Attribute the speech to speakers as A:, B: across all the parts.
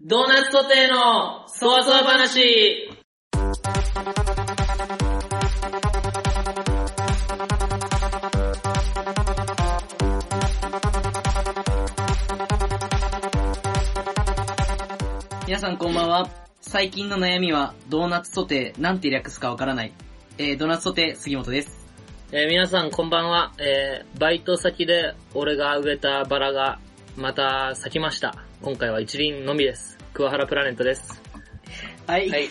A: ドーナツ固定のそわそわ話
B: 皆さんこんばんは。最近の悩みは、ドーナツソテー、なんて略すかわからない。えー、ドーナツソテー、杉本です。
A: えー皆さんこんばんは、えーバイト先で俺が植えたバラがまた咲きました。今回は一輪のみです。桑原プラネットです。
B: はい。
A: はい。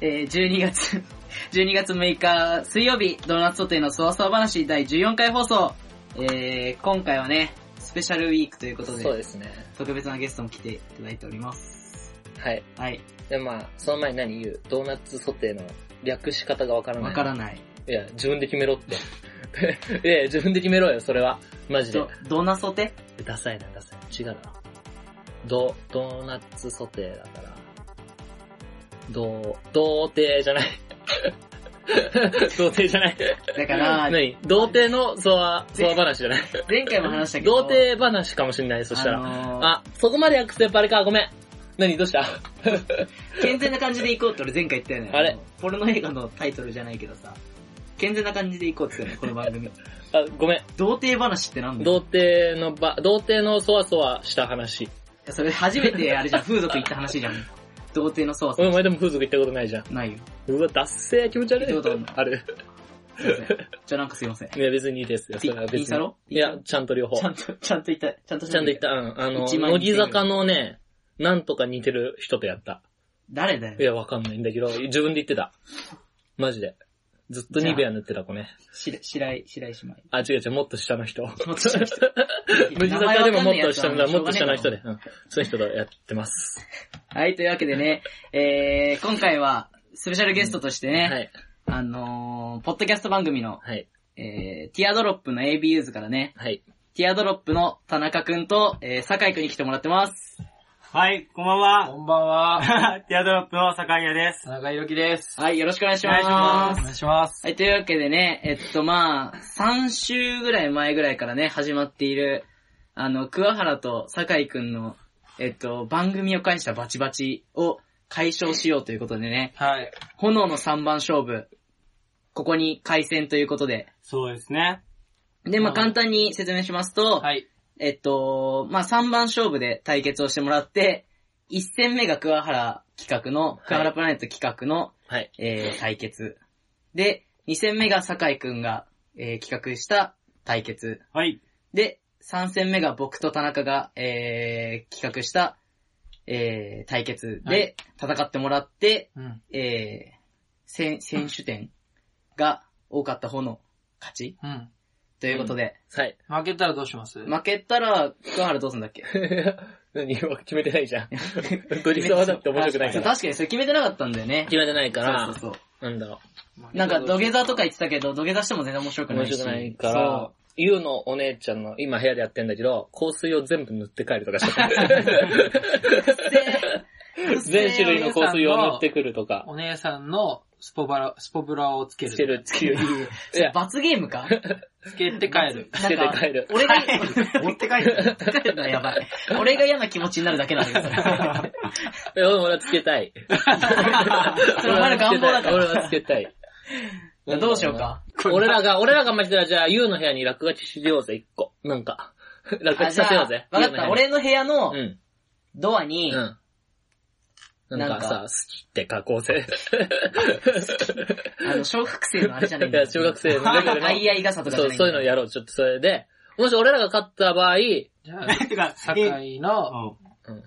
B: えー、12月、12月6日、水曜日、ドーナツソテーのそわそわ話第14回放送。えー、今回はね、スペシャルウィークということで、
A: そうですね。
B: 特別なゲストも来ていただいております。
A: はい。
B: はい。
A: で、まあ、その前に何言うドーナツソテーの略し方がわからない。
B: わからない。
A: いや、自分で決めろって。 いやいや、自分で決めろよ、それは。マジで
B: ど。、ドーナツソテ
A: ダサいな、ダサい。違うな。ド、ドーナツソテーだから。ド、童貞じゃない。 童貞じゃ ない。
B: ーだから、
A: 何童貞のソワ、ソワ話じゃない。
B: 前回も話したけど、
A: 童貞話かもしれない、そしたら。
B: あのー
A: あ、そこまで訳せばあれか、ごめん。何どうした
B: 健全な感じで行こうって俺前回言ったよね。
A: あれ
B: のポルノ映画のタイトルじゃないけどさ、健全な感じで行こうって言ったよね、この番組。
A: あ、ごめ
B: 童貞話ってなん
A: ん。
B: だよ。
A: 童貞のば、童貞のソワソワした話。
B: いやそれ初めてあれじゃん、風俗行った 話じゃん。童貞の操
A: お
B: 作。
A: 前でも風俗行ったことないじゃん。
B: ないよ。
A: うわ、ダッセー気持ち悪
B: 行ったこと
A: い。ある。
B: すいません。じゃあなんかすいません。
A: いや、別にいいですよ。それは別に。
B: インサロ
A: いや、ちゃんと両方。
B: ちゃんと、ちゃんと言った、ちゃんと
A: ちゃんと言
B: 言
A: っ。た、うん。あの、
B: 1万2000
A: 乃木坂のね、なんとか似てる人とやった。
B: 誰だ
A: い
B: よ。
A: や、わかんないんだけど、自分で言ってた。マジで。ずっとニベア塗ってた子ね。
B: し白井、白 井姉妹。
A: あ、違う違う、もっと下の 人。
B: もっと下の人
A: 乃木坂でももっと下の
B: 名前
A: 人、も
B: わかんないやつは
A: っと下の人
B: しょうがね
A: で。うん。そういう人とやってます。
B: えからはい、というわけでね、えー、今回は、スペシャルゲストとしてね、
A: はい。
B: あのー、ポッドキャスト番組の、
A: はい。
B: えー、ティアドロップの ABUs からね、
A: はい。
B: ティアドロップの田中くんと、えー、酒井くんに来てもらってます。
C: はい、こんばんは。
D: こんばんは。
C: ティアドロップの坂井谷です。
D: 田中裕樹です。
B: はい、よろしくお願いし
C: お
B: ます。
C: お願いします。
B: はい、というわけでね、えっとまあ、3週ぐらい前ぐらいからね、始まっている、あの、桑原と酒井くんの、えっと、番組を介したバチバチを解消しようということでね、
D: はい。
B: 炎の3番勝負、ここに開戦ということで、
C: そうですね。
B: で、まあ、
D: はい
B: 簡単に説明しますと、
D: はい。
B: えっと、まあ、3番勝負で対決をしてもらって、1戦目が桑原企画の、桑原プラネット企画の、
A: はい。
B: えー、対決。で、2戦目が酒井くんが、えー、企画した対決。
C: はい。
B: で、3戦目が僕と田中が、えー、企画した、えー、対決で戦ってもらって、
D: うん。
B: えー、選選手点が多かった方の勝ち
D: うん。
B: ということで、
A: はい。
D: 負けたらどうし ます
B: 負けたら、桑原どうすんだ っけ
A: 何決めてないじ ゃん。ドリフはだって面白くないか
B: そう
A: ら。
B: 確かにそれ決めてなかったんだよね。
A: 決めてないから、
B: そうそうそ
A: なんだろ
B: う。なんか土下座とか言ってたけど、土下座しても全然面白
A: う。
B: くな
A: 面
B: いし。
A: 白くないから、ゆうのお姉ちゃんの、今部屋でやってんだけど、香水を全部塗って帰るとかしちゃった。 全種類の香水を塗ってくるとか、
D: お姉さんのスポバラ、スポブラをつける。
A: つけ。る、つける。いや、
B: 罰ゲームか
D: つけて帰る。
A: つけて帰る。
B: 俺が、持って帰る。持って帰るのはやばい。俺が嫌な気持ちになるだけなんだけど、それは。
A: いや俺はつけたい。
B: それお前の願望だから
A: 俺はつけたい。
B: いやどうしようか。
A: 俺らが、俺らが負けたら、じゃあ、ユウの部屋に落書きしようぜ、一個。なんか。落書きさせようぜ。
B: わかった。
A: ユ
B: 俺の部屋
A: ウの
B: の
A: 部屋に。
B: ドアに
A: う、ん。うん。
B: な
A: なんん
B: か
A: かさ、好きって加工せ。
B: あの、小学生のあれじゃないん
A: い
B: だ
A: や、中学生のレベルの
B: あいあい傘とかじゃ
A: そう、
B: ないんだ
A: そういうのやろう。ちょっとそれで、もし俺らが勝った場合、
D: じゃ
C: え、てか、
D: あ、酒井の、
C: うん
A: うん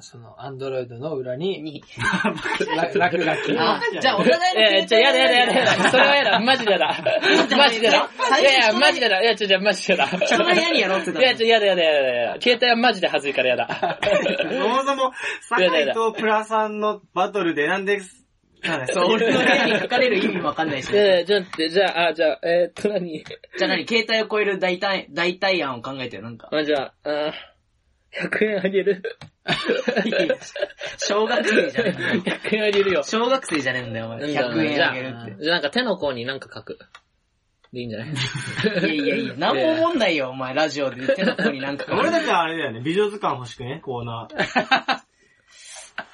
D: その、アンドロイドの裏に、
B: に
D: ら落書き。
B: あ、じゃあお互いの
A: えー、ちょ、やだやだやだやだ。それはやだ。マジでやだ。マジでやだ。いやいや、マジでやだ。いや、ちょ、じゃマジでやだ。
B: 人の部屋にやろうって言
A: いや、
B: っ
A: ちょ、やだやだやだやだ。携帯はマジで恥ずいからや だ。
C: そもそも、酒井とプラさんのバトルでなんで、なん
B: た
C: で
B: そう、俺の部屋に書かれる意味もわかんないし。
A: い
B: じ
A: やいや、ちょっと待って、じゃあ、あ、じゃあ、えーっと、何
B: ゃあ何携帯を超える代替、代替案を考えてよ、なんか。
A: あ、じゃあ、あー100円あげる。
B: いやいや 小学生じゃねえんだよ。
A: 100円あげるよ。
B: 小学生じゃねえんだよ、お前。100円あげるって。
A: じゃあ、なんか手の甲になんか書く。でいいんじゃない
B: いやいやいや、なんも思んないよ、お前、ラジオで。手の子になんか。
C: 俺たちはあれだよね、美女図鑑欲しくね、コーナー。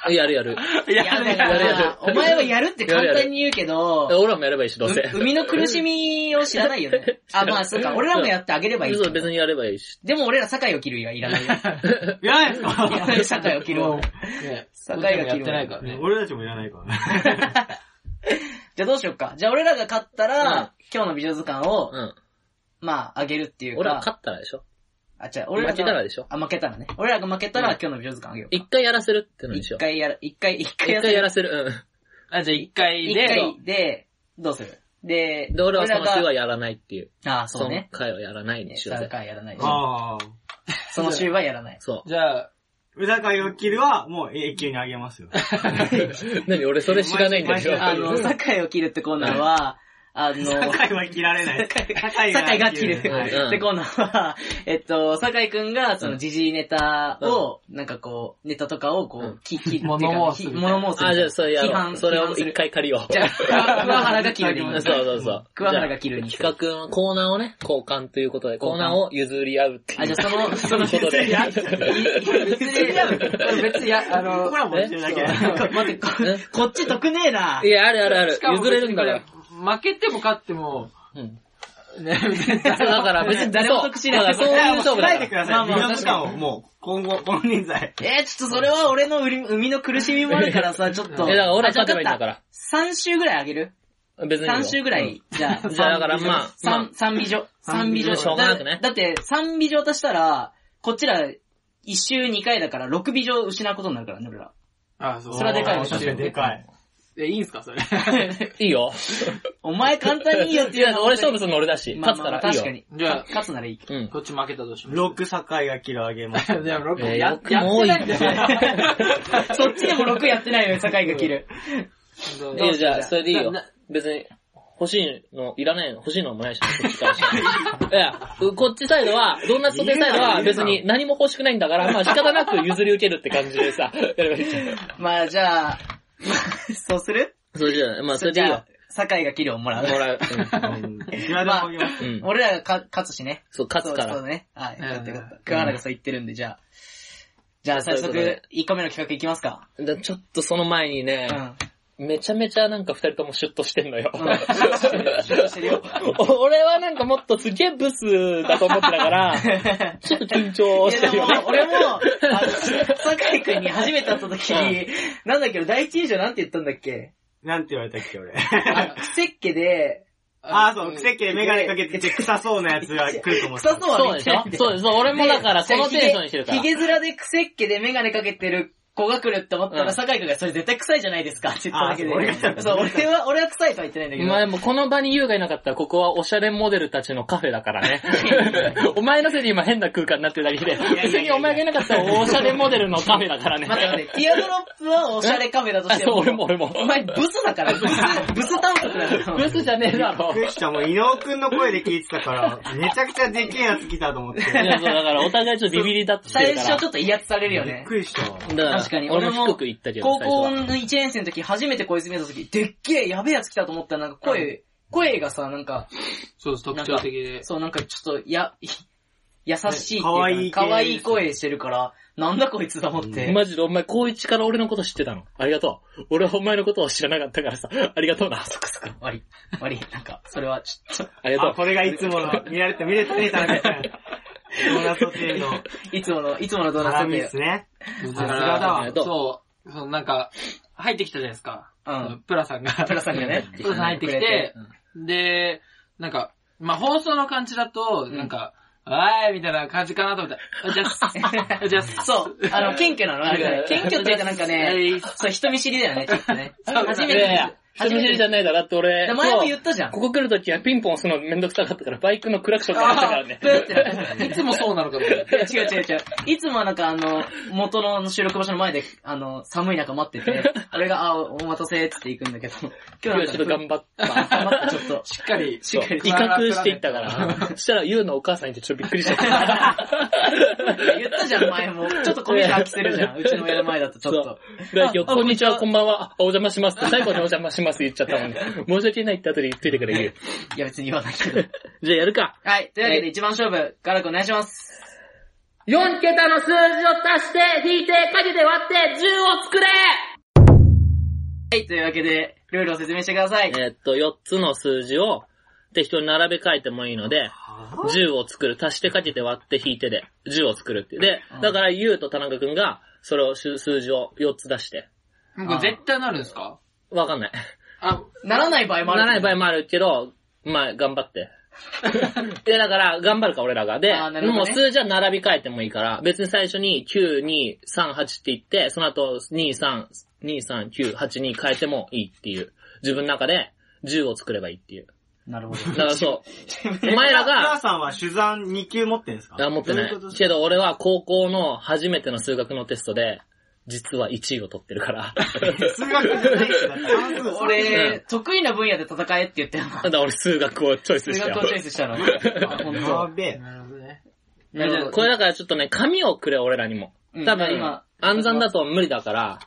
A: あやるやる。
B: やだ
C: やる
B: か
A: やるやる
B: ら、お前はやるって簡単に言うけど、
A: 俺らもやればいいし、どうせ。
B: う生みの苦しみを知らないよ ね。あ、まあそうか、俺らもやってあげればいいけ
A: そう
B: ど。
A: 別にやればいいし。
B: でも俺ら堺を切るよ、い らないよ。
C: いらないですか
B: いらない堺を切るわ。
D: ね
B: 境が
D: 僕らもやってないからね。
C: 俺たちもいらないからね。
B: じゃあどうしよっか。じゃあ俺らが勝ったら、
A: うん
B: 今日の美女図鑑を、
A: うん。
B: まあ、あげるっていうか。
A: 俺ら勝ったらでしょ
B: あ、違う、俺らが
A: 負けたらでしょ
B: あ、負けたらね。俺らが負けたら、
A: うん
B: 今日の美女図鑑あげよう
A: 一
B: か。
A: 回やらせるってのにし
B: 一
A: よう。
B: 回やる、一回、一回
A: 一
B: やる
A: 回やらせる。
D: あ、じゃあ一回
B: 一
D: で、
B: 回で、どうするで
A: うん。、で、俺はその週は
B: が、
A: やらないっていう。
B: あ、そ
A: そうの
B: ね。
A: 回はやらないにしよう
B: 3
A: ぜ。
B: 回やらないし。
C: ああ。
B: その週はやらない。
A: そ
D: じゃあ、
C: うざかいを切るは、もう永久にあげますよ。
A: う。 何俺それ知らないんだけど
C: 毎。
B: あの、堺を切るってコーナーは、あの、
C: 高いは切られない。高い
B: 堺が切る。
A: はいう
C: は
A: ん
B: ってコーナーは、えっと、堺くんが、その、時事ネタを、なんかこう、ネタとかを、こ
A: う
B: う、
A: ん
B: き、き、
D: 物申す
B: っていうかひ
D: みたいな
B: 物申すみたいな。
A: あ、じゃあそれや
B: 批
A: ろ
B: 判
A: う。それを
B: 批判す
A: 一
B: る
A: 回借りよう。
B: じゃあ、桑原が切るでいいん
A: そう
B: だ
A: そうそう。
B: 桑原が切るに
A: じゃあ企画のコーナーをね、交換ということで、コーナーを譲り合うっていう。
B: あ、じゃあその、その、
A: ということで
B: いや いや別にやる
D: 別にや、あの
C: コ、ラボしてるだけ。
B: 待って、ここっち得ねえな。
A: いや、あるあるある
D: しか。も
A: 譲れるんだから。
D: 負けても勝っても、
A: うん。
D: ね、別に
A: だから別に
B: 誰も得しない
A: そうだからそういう勝 負だか
C: ないでく
A: ら。
C: だ
B: まあ
C: さい。
B: まあ
C: 美女図鑑を、もう、今後、金輪際。
B: えー、ちょっとそれは俺の売り生みの苦しみもあるからさ、ちょっと。
A: いや、だから俺は
B: あじゃあ
A: 勝てばいいんだから。
B: 3週ぐらいあげる
A: 別にいいよ。
B: ?3 週ぐらい。じゃあ、
A: じゃあだからまあまあ
B: 3、三美女。三美女。
A: しょうがなくね
B: だだって、3美女足したら、こっちら、1週2回だから、6美女失うことになるからね、俺ら。
D: あ、そう。
B: それはでかい
C: 確かにでかい。
D: え、いいんすか、それ。
A: いいよ。
B: お前簡単 にいいよって
A: い
B: 言う
A: や、
B: の
A: 俺勝負するの俺だし、
B: まあ
A: 勝つ
B: まあ
A: か
B: ま
A: ら
B: あ
A: いい
B: 確
A: よ
B: か。に。
D: じゃあ
B: 勝つならいい。
A: うん。
D: こっち負けたとします。
C: 6堺が切るあげます。
D: じゃあ、6、
A: えー
D: や、やっ
A: 六も多いん
D: てな
A: だ
D: いんだよ。
B: そっちでも6やってないのに、堺が切る。
D: どう
A: いいよ、じゃあ、それでいいよ
D: なな。
A: 別に、欲しいの、いらないの、欲しいのもないし、 こっちからしていや、うこっちサイドは、ドーナツソテーサイドは別に何も欲しくないんだから、まあ仕方なく譲り受けるって感じで さ、やればいいじゃん。
B: まあじゃあ、 まあそうする
A: そうじゃない。まあそれでいい
B: じゃ
A: よ
B: あ。、堺が切るをもらう。
A: もらう。 うん
C: いくらでもあげます。
A: うん。
B: 俺らがか勝つしね。
A: そう、勝つか
B: そうそう
A: ら。
B: ね。はい。
D: うん
B: よかったよかった。桑原がそう言ってるんで、じゃあ。じゃあ、
A: そう
B: 早
A: いうことで
B: 速、1個目の企画いきますか。
A: だちょっとその前に
B: う
A: ね
B: ん。、なん
A: めちゃめちゃなんか二人ともシュッとしてんのよ。
B: してるよ。
A: お 俺はなんかもっとすげえブスだと思ってた から、ちょっと緊張し
B: いや
A: てる
B: で
A: よ
B: も
A: ね。、
B: 俺も、あの、酒井くんに初めて会った時
A: うん
B: なんだっけ、第一印象なんて言ったんだっけ
C: なんて言われたっけ、俺。
B: あ、クセっ気で、
C: あー、そう、癖っ気でメガネかけてて臭そうなやつが来ると思ってた。
B: 臭そうは
A: そう
B: め
A: で
B: っ
A: し
B: ちゃや
A: ょ
B: ってた
A: そうそう、俺もだからそのテンションにしてるから
B: ひ。げ面で癖っ気でメガネかけてる子が来るって思った
A: う
B: ら、
A: ん
B: 酒井くんがそれ絶対臭いじゃないですかって言っただけ
C: あそう俺が言ったん
B: で。
C: だ
B: そう、俺は、俺は臭いとは言ってないんだけど
A: ま。あでもこの場に優がいなかったらここはおしゃれモデルたちのカフェだからね。お前のせいで今変な空間になってるだけで、
C: やいや
A: 別にお前がいなかったらおしゃれモデルのカフェだからね。
B: 待って待って、ティアドロップはオシャレカメラと
A: あ
B: して
A: そう俺も俺も。
B: お前ブスだから、ブス、ブス短冊だから。
A: ブスじゃねえだろ。
C: びっくりした、もう、伊野尾くんの声で聞いてたから、めちゃくちゃでけえやつ来たと思って。
A: いやそうだからお互いちょっとビビりだってして
B: 最
A: るから。
B: 初ちょっと威圧されるよ
C: びっ
B: ね
C: く。りしたわ。
A: だら
B: 確かに
A: 俺
B: 俺
A: も
B: も
A: 低く言ったけど、
B: 高
A: 最初
B: 校
A: は。
B: の1年生の時初めてこいつ見た時、でっけえやべえやつ来たと思ったらなんか声、声がさ、なんか、
D: そうです、特徴的で。
B: そうなんかちょっとや、優しいって
C: 可愛
B: いう
C: い
B: か、可愛い声してるから、なんだこいつと思って。
A: マジでお前高一から俺のこと知ってたの。ありがとう。俺はお前のことを知らなかったからさ。ありがとうな。そっかそっか。
B: 終わり、終わり、なんか、それはちょっと、
A: ありが
C: あ、
A: とう。
C: これがいつもの、見られて、見れてねえたな、みたいな。ドーナツソテーの
B: いつもの、いつものドーナ
C: 絡
B: ツ
C: み
B: で
C: ですね。
D: だ
C: さ
D: か
C: す
D: ら
C: がだ
A: あり
C: わ
A: が。とう
D: そう、そのなんか、入ってきたじゃないですか。
B: うん。
D: プラさんが。
B: プラさんがね。
D: プラさん入ってきて、で、なんか、まあ、放送の感じだと、なんか、わーいみたいな感じかなと思っ た。じゃあ、じゃあ、
B: そう、あ の、謙虚なの。あれだね謙虚っていうかなんかね、
D: えい
B: そう、人見知りだよね、ちょっとね。
A: そう
B: 初め
A: いやい
B: て
A: や。人見知りじゃ
B: ん。
A: ないだろだって俺。
B: で前も言
A: そ
B: っ
A: う
B: たじゃん。
A: ここ来るときはピンポン押すのめんどくさかったから、バイクのクラクションからしたからね
B: あ。ープーってなった
D: いつもそうなのかと思っ
B: いや 違う違う違う。いつもはなんかあの、元の収録場所の前で、あの、寒い中待ってて、俺が、あ、お待たせって言って行くんだけど、今
A: 今
B: 日
A: 日は
B: なん
A: ち
B: か
A: ょっと頑張った。
B: 頑張って、 ちょっと。
D: しっかり、
A: そう
B: かり
A: 威嚇していった から。そしたら、ユウのお母さんにてちょっとびっくりしちゃった。
B: 言ったじゃん、前も。ちょっとコミュ飽きてるじゃん。うちの親の前だとちょっと。
A: だから今日こんにちは、こんばんは、あお邪魔しますって最後にお邪魔しますって言っちゃったもんね。申し訳ないって後で言っといてくれ、ユ ウ。
B: いや、別に言わないけど。
A: じゃあやるか。
B: はい、というわけで一番勝負、ガラクお願いします。
A: 4桁の数字を足して、引いて、かけて割って、10を作れ
B: はい、というわけで、ルールを説明してください。
A: えーっと、4つの数字を適当に並べ替えてもいいので、10を作る。足してかけて割って引いてで、10を作るっていう。で
B: うん、
A: だから、ゆうと田中くんが、それを、数数字を4つ出して。
D: なんか絶対なるんですか
A: わかんない。
D: あ、
B: ならない場合も
A: なら
B: ある。
A: ない場合もあるけど、まあ、頑張って。 で、だから、頑張るか、俺らが。で、
B: あーなるほど
A: もう
B: ね
A: 数字は並び替えてもいいから、別に最初に9、2、3、8って言って、その後、2、3、2、3、9、8に変えてもいいっていう。自分の中で10を作ればいいっていう。
B: なるほど。
A: だからそう。
C: え
A: お前らが
C: お母さんは手段2級持ってんですか
A: あ、持ってない
C: どううこと。
A: けど俺は高校の初めての数学のテストで、実は1位を取ってる から。
C: 数学じゃないですか算数
B: 俺、得意な分野で戦えって言ったよな
A: た。だ俺数学をチョイス
B: 数
A: した
B: 学をチョイ
A: よ。
B: スしたの。ほん
C: や
B: と。
C: べえ。
D: なるほどね。
B: なるほど
A: これだからちょっとね、紙をくれ、俺らにも
B: うん。
A: 多
B: うん
A: 分
B: 今、
A: 暗算だと無理だから、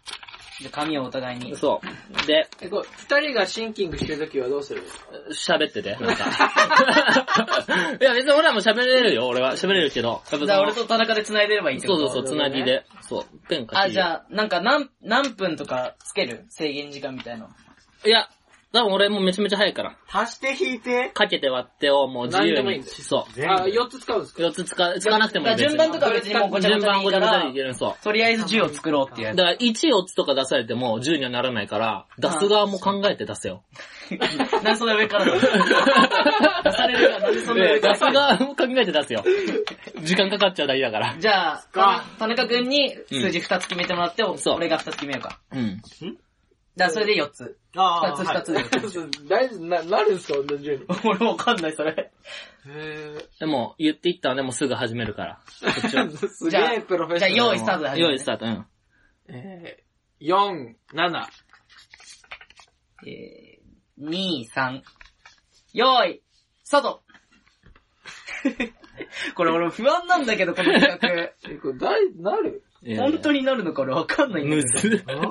B: じゃあ紙をお互いに。
A: そう。で、
D: え、こう、二人がシンキングしてるときはどうするんですか
A: 喋ってて、なんか。 いや、別に俺らも喋れるよ、俺は。喋れるけど。やっぱその
B: じゃあ俺と田中で繋いでればいいって
A: そ
B: こ
A: うそ
B: と
A: うそう、つ
D: そうだ
A: な
D: ね
A: ぎで。そう、ペン書き。
B: あ、じゃあ、なんか何、何分とかつける制限時間みたいな。
A: いや、多分俺もめちゃめちゃ早いから。
C: 足して引いて、
A: かけて割ってをもう自由に。
D: 何でもいいんです
A: そ
C: 全部
D: あ、四つ使うんです
A: う。
D: か
A: 4つ使、使わなくてもいい。
B: だから順番とかは別
A: 別
B: に
A: に
B: もうごちゃご
A: 順
B: ちゃ
A: 番
B: にい
A: ご
B: い
A: ち
B: か
A: ゃごちゃで
B: ら
A: いけ、る、そ。
B: とりあえず10を作ろうっていうう。
A: だから14つとか出されても10にはならないから、出す側も考えて出せよ。
B: なんでそんな上からだ出されるから、なんでそんな
A: 出
B: 上
A: す
B: から
A: 側も考えて出せよ。時間かかっちゃうだけだから。
B: じゃあ、
C: か
B: 田中くんに数字2つ決めてもらって、
A: そう
B: 俺が2つ決めようか。
A: うん。
B: だからそれで4つ。
C: あ
B: 2
C: ー
B: つ2つ。
C: はい
D: 大丈夫、な、なるんですか同じように。
B: 俺わかんない、それ。
D: へ
A: でも、言っていったらね、もうすぐ始めるから。こっちは。
D: ー。すげえプロフェッ
B: じゃあ、
D: ショナ
B: 用意
D: ル。
B: スタートだ。
A: 用意スタート、うん。
D: えー、4、7。
B: えー、2、3。用意、スタートこれ俺不安なんだけど、この企
D: え、これ大、なる
B: 画。本当になるのか俺わかんないんだ
A: む
B: け
A: ず。
B: ど。
A: あ、は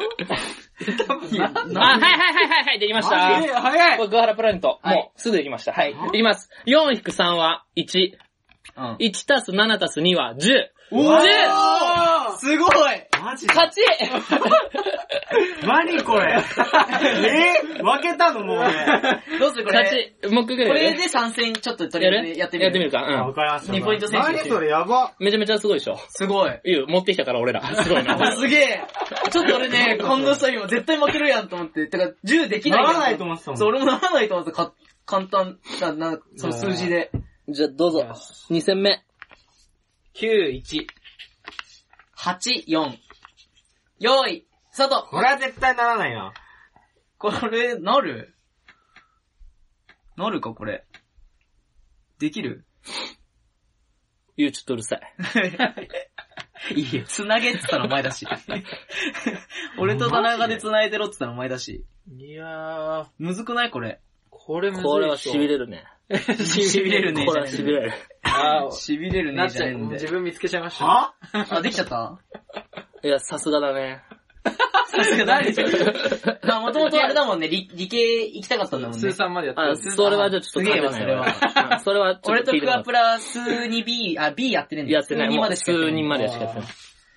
A: いはいはいはいはい、できました。
D: え、早
A: こ
D: い
A: れ、グアハラプラネット。
B: はい
A: もう、すぐできました。はい。
B: はい
A: いきます。4-3は1。
B: うん
A: 1たす7たす2は10。
B: おー
D: あ
B: すごい
C: マジで
A: 勝ち
C: 何こ れえー、分けた のもうね。
B: どうするこ
A: 勝
B: れ。
A: ちもう一回ぐ
B: こ
A: らい
B: れ
A: やる
B: で参戦ちょっととり
A: や
B: あえ
A: る
B: ずやってみ
A: やってみ
B: る。
A: るか。
C: わ
A: う
C: かりました。
B: 二ポイント選手
C: 何それやば。
A: ん。めちゃめちゃすごいでしょ。
B: すごい。
A: ゆう、持ってきたから俺ら。すごいな。
B: すげえ。ちょっと俺ね、感動した今絶対負けるやんと思って。てか、10できないやん
C: ならないと思ってたもん
B: そう、俺もならないと思ってた、か、簡単だな、その数字で。
A: じゃあどうぞ。2戦目。
D: !9、1。
B: 8、4。用意、スタート
C: これは絶対ならないな。
B: これ、なるなるか、これ。できる
A: ゆう、ちょっとうるさい。
B: いいよ。繋げって言ったのお前だ し。俺と田中で繋いでろって言ったのお前だし。
D: いやー、
B: むずくないこ れ。
D: これむずい。
A: これは痺れるね。
D: る。
B: 痺れるね
A: これは痺れる。
D: あー、
B: 痺れる
D: な
B: ね、
D: っ
B: じ
D: ち
B: ゃ
D: ゃ
B: ねえ
D: う。
B: んだ
D: 自
B: よ。
D: 分見つけちゃいました。
C: は
B: あ、できちゃった
A: いや、さすがだ ね。
B: さすがだね。あ、もともとあれだもんね、理理系行きたかったんだもん
D: 数
B: ね。
D: 3までやった
A: あ、
D: んです。
A: それはじゃあちょっと勝てない
B: すげえわ
A: わ。それはちょ
B: 俺
A: っ
B: と
A: と聞いて
B: ク
A: なか
B: ア
A: っ
B: プラ数 2B、あ、B やってねえん
A: た。
B: だ
A: やってない。
B: 数2
A: も
B: ま
A: う
B: でしかやって
A: 数人までしかやってない。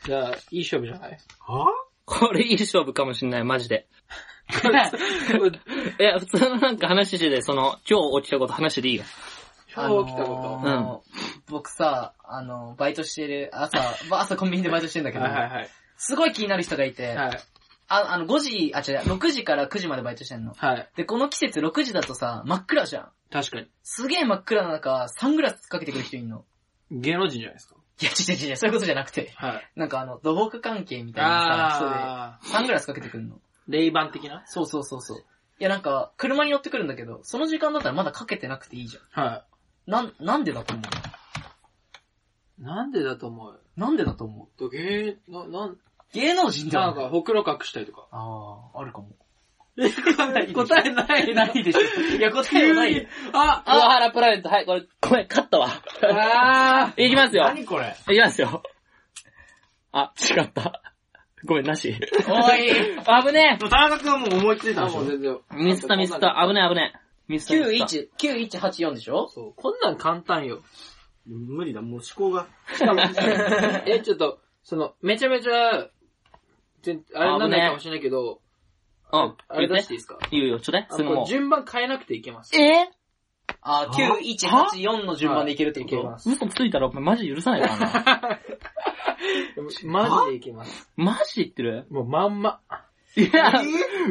D: じゃあ、いい勝負じゃない
C: は
A: これいい勝負かもしんない、マジで。
B: ない。
A: いや、普通のなんか話で、その、今日起きたこと話でいいよ。
B: あ
D: 今
B: の
D: 日起きたこと。
B: うん。僕さ、あの、バイトしてる、朝、ば朝コンビニでバイトしてんだけど、
D: はいはい
B: すごい気になる人がいて、
D: はい。はい。
B: ああの、5時、あ、違う、6時から9時までバイトしてんの。
D: はい。
B: で、この季節6時だとさ、真っ暗じゃん。
D: 確かに。
B: すげえ真っ暗な中、サングラスかけてくる人いんの。
D: 芸能人じゃないですか。
B: いや、違う違う違う、そういうことじゃなくて。
D: はい。
B: なんかあの、土木関係みたいなさ、
D: あ
B: 人で、サングラスかけてくるの。
D: ー、レイバン的な
B: そうそうそうそう。いや、なんか、車に乗ってくるんだけど、その時間だったらまだかけてなくていいじゃ
D: は
B: ん。なん、なんでだと思
D: い。なんでだと思う
B: うなんでだと思
D: と芸、な、なん、
B: う芸能人だ
D: な
B: よ
D: んか、ほくろ隠したりとか。
B: あー、ある かも。
D: 答えないな。
B: いでしょ。いや、答えはないよ。
D: あ
A: あ、ハラプラネット、はい、これ、これ、勝ったわ。
D: あ
A: いきますよ。い
C: 何これ
A: きますよ。あ、違った。ごめん、なし。
B: おい。
A: 危ね
C: 田中君はもう思いつい
D: ー
C: た
D: あ、
C: でし
D: もう
C: ょ
D: 全然。
A: えミスったミスっ。た。危ねえ危ねえ。ミスったミスっ
B: 91、9184でしょ
D: そう、こんなん簡単よ。
C: 無理だ、もう思考が。
D: しかも、え、ちょっと、その、めちゃめちゃ、全あれなんないかもしれないけど、
A: うん。
D: あれ
A: 言
D: 出
A: っ
D: してていいですか
A: いいよいいよ、ちょうだい。
D: あ
A: それも
D: の、
A: う。
D: 順番変えなくていけます。
A: え
B: あ、9、1、8、4の順番でいけるって
D: い
B: こ
D: け
B: と
D: ます。
A: 嘘ついたらお前マジ許さないから な。
D: マジでいけます。
A: マジで言ってる
D: もうまんま。
A: いや、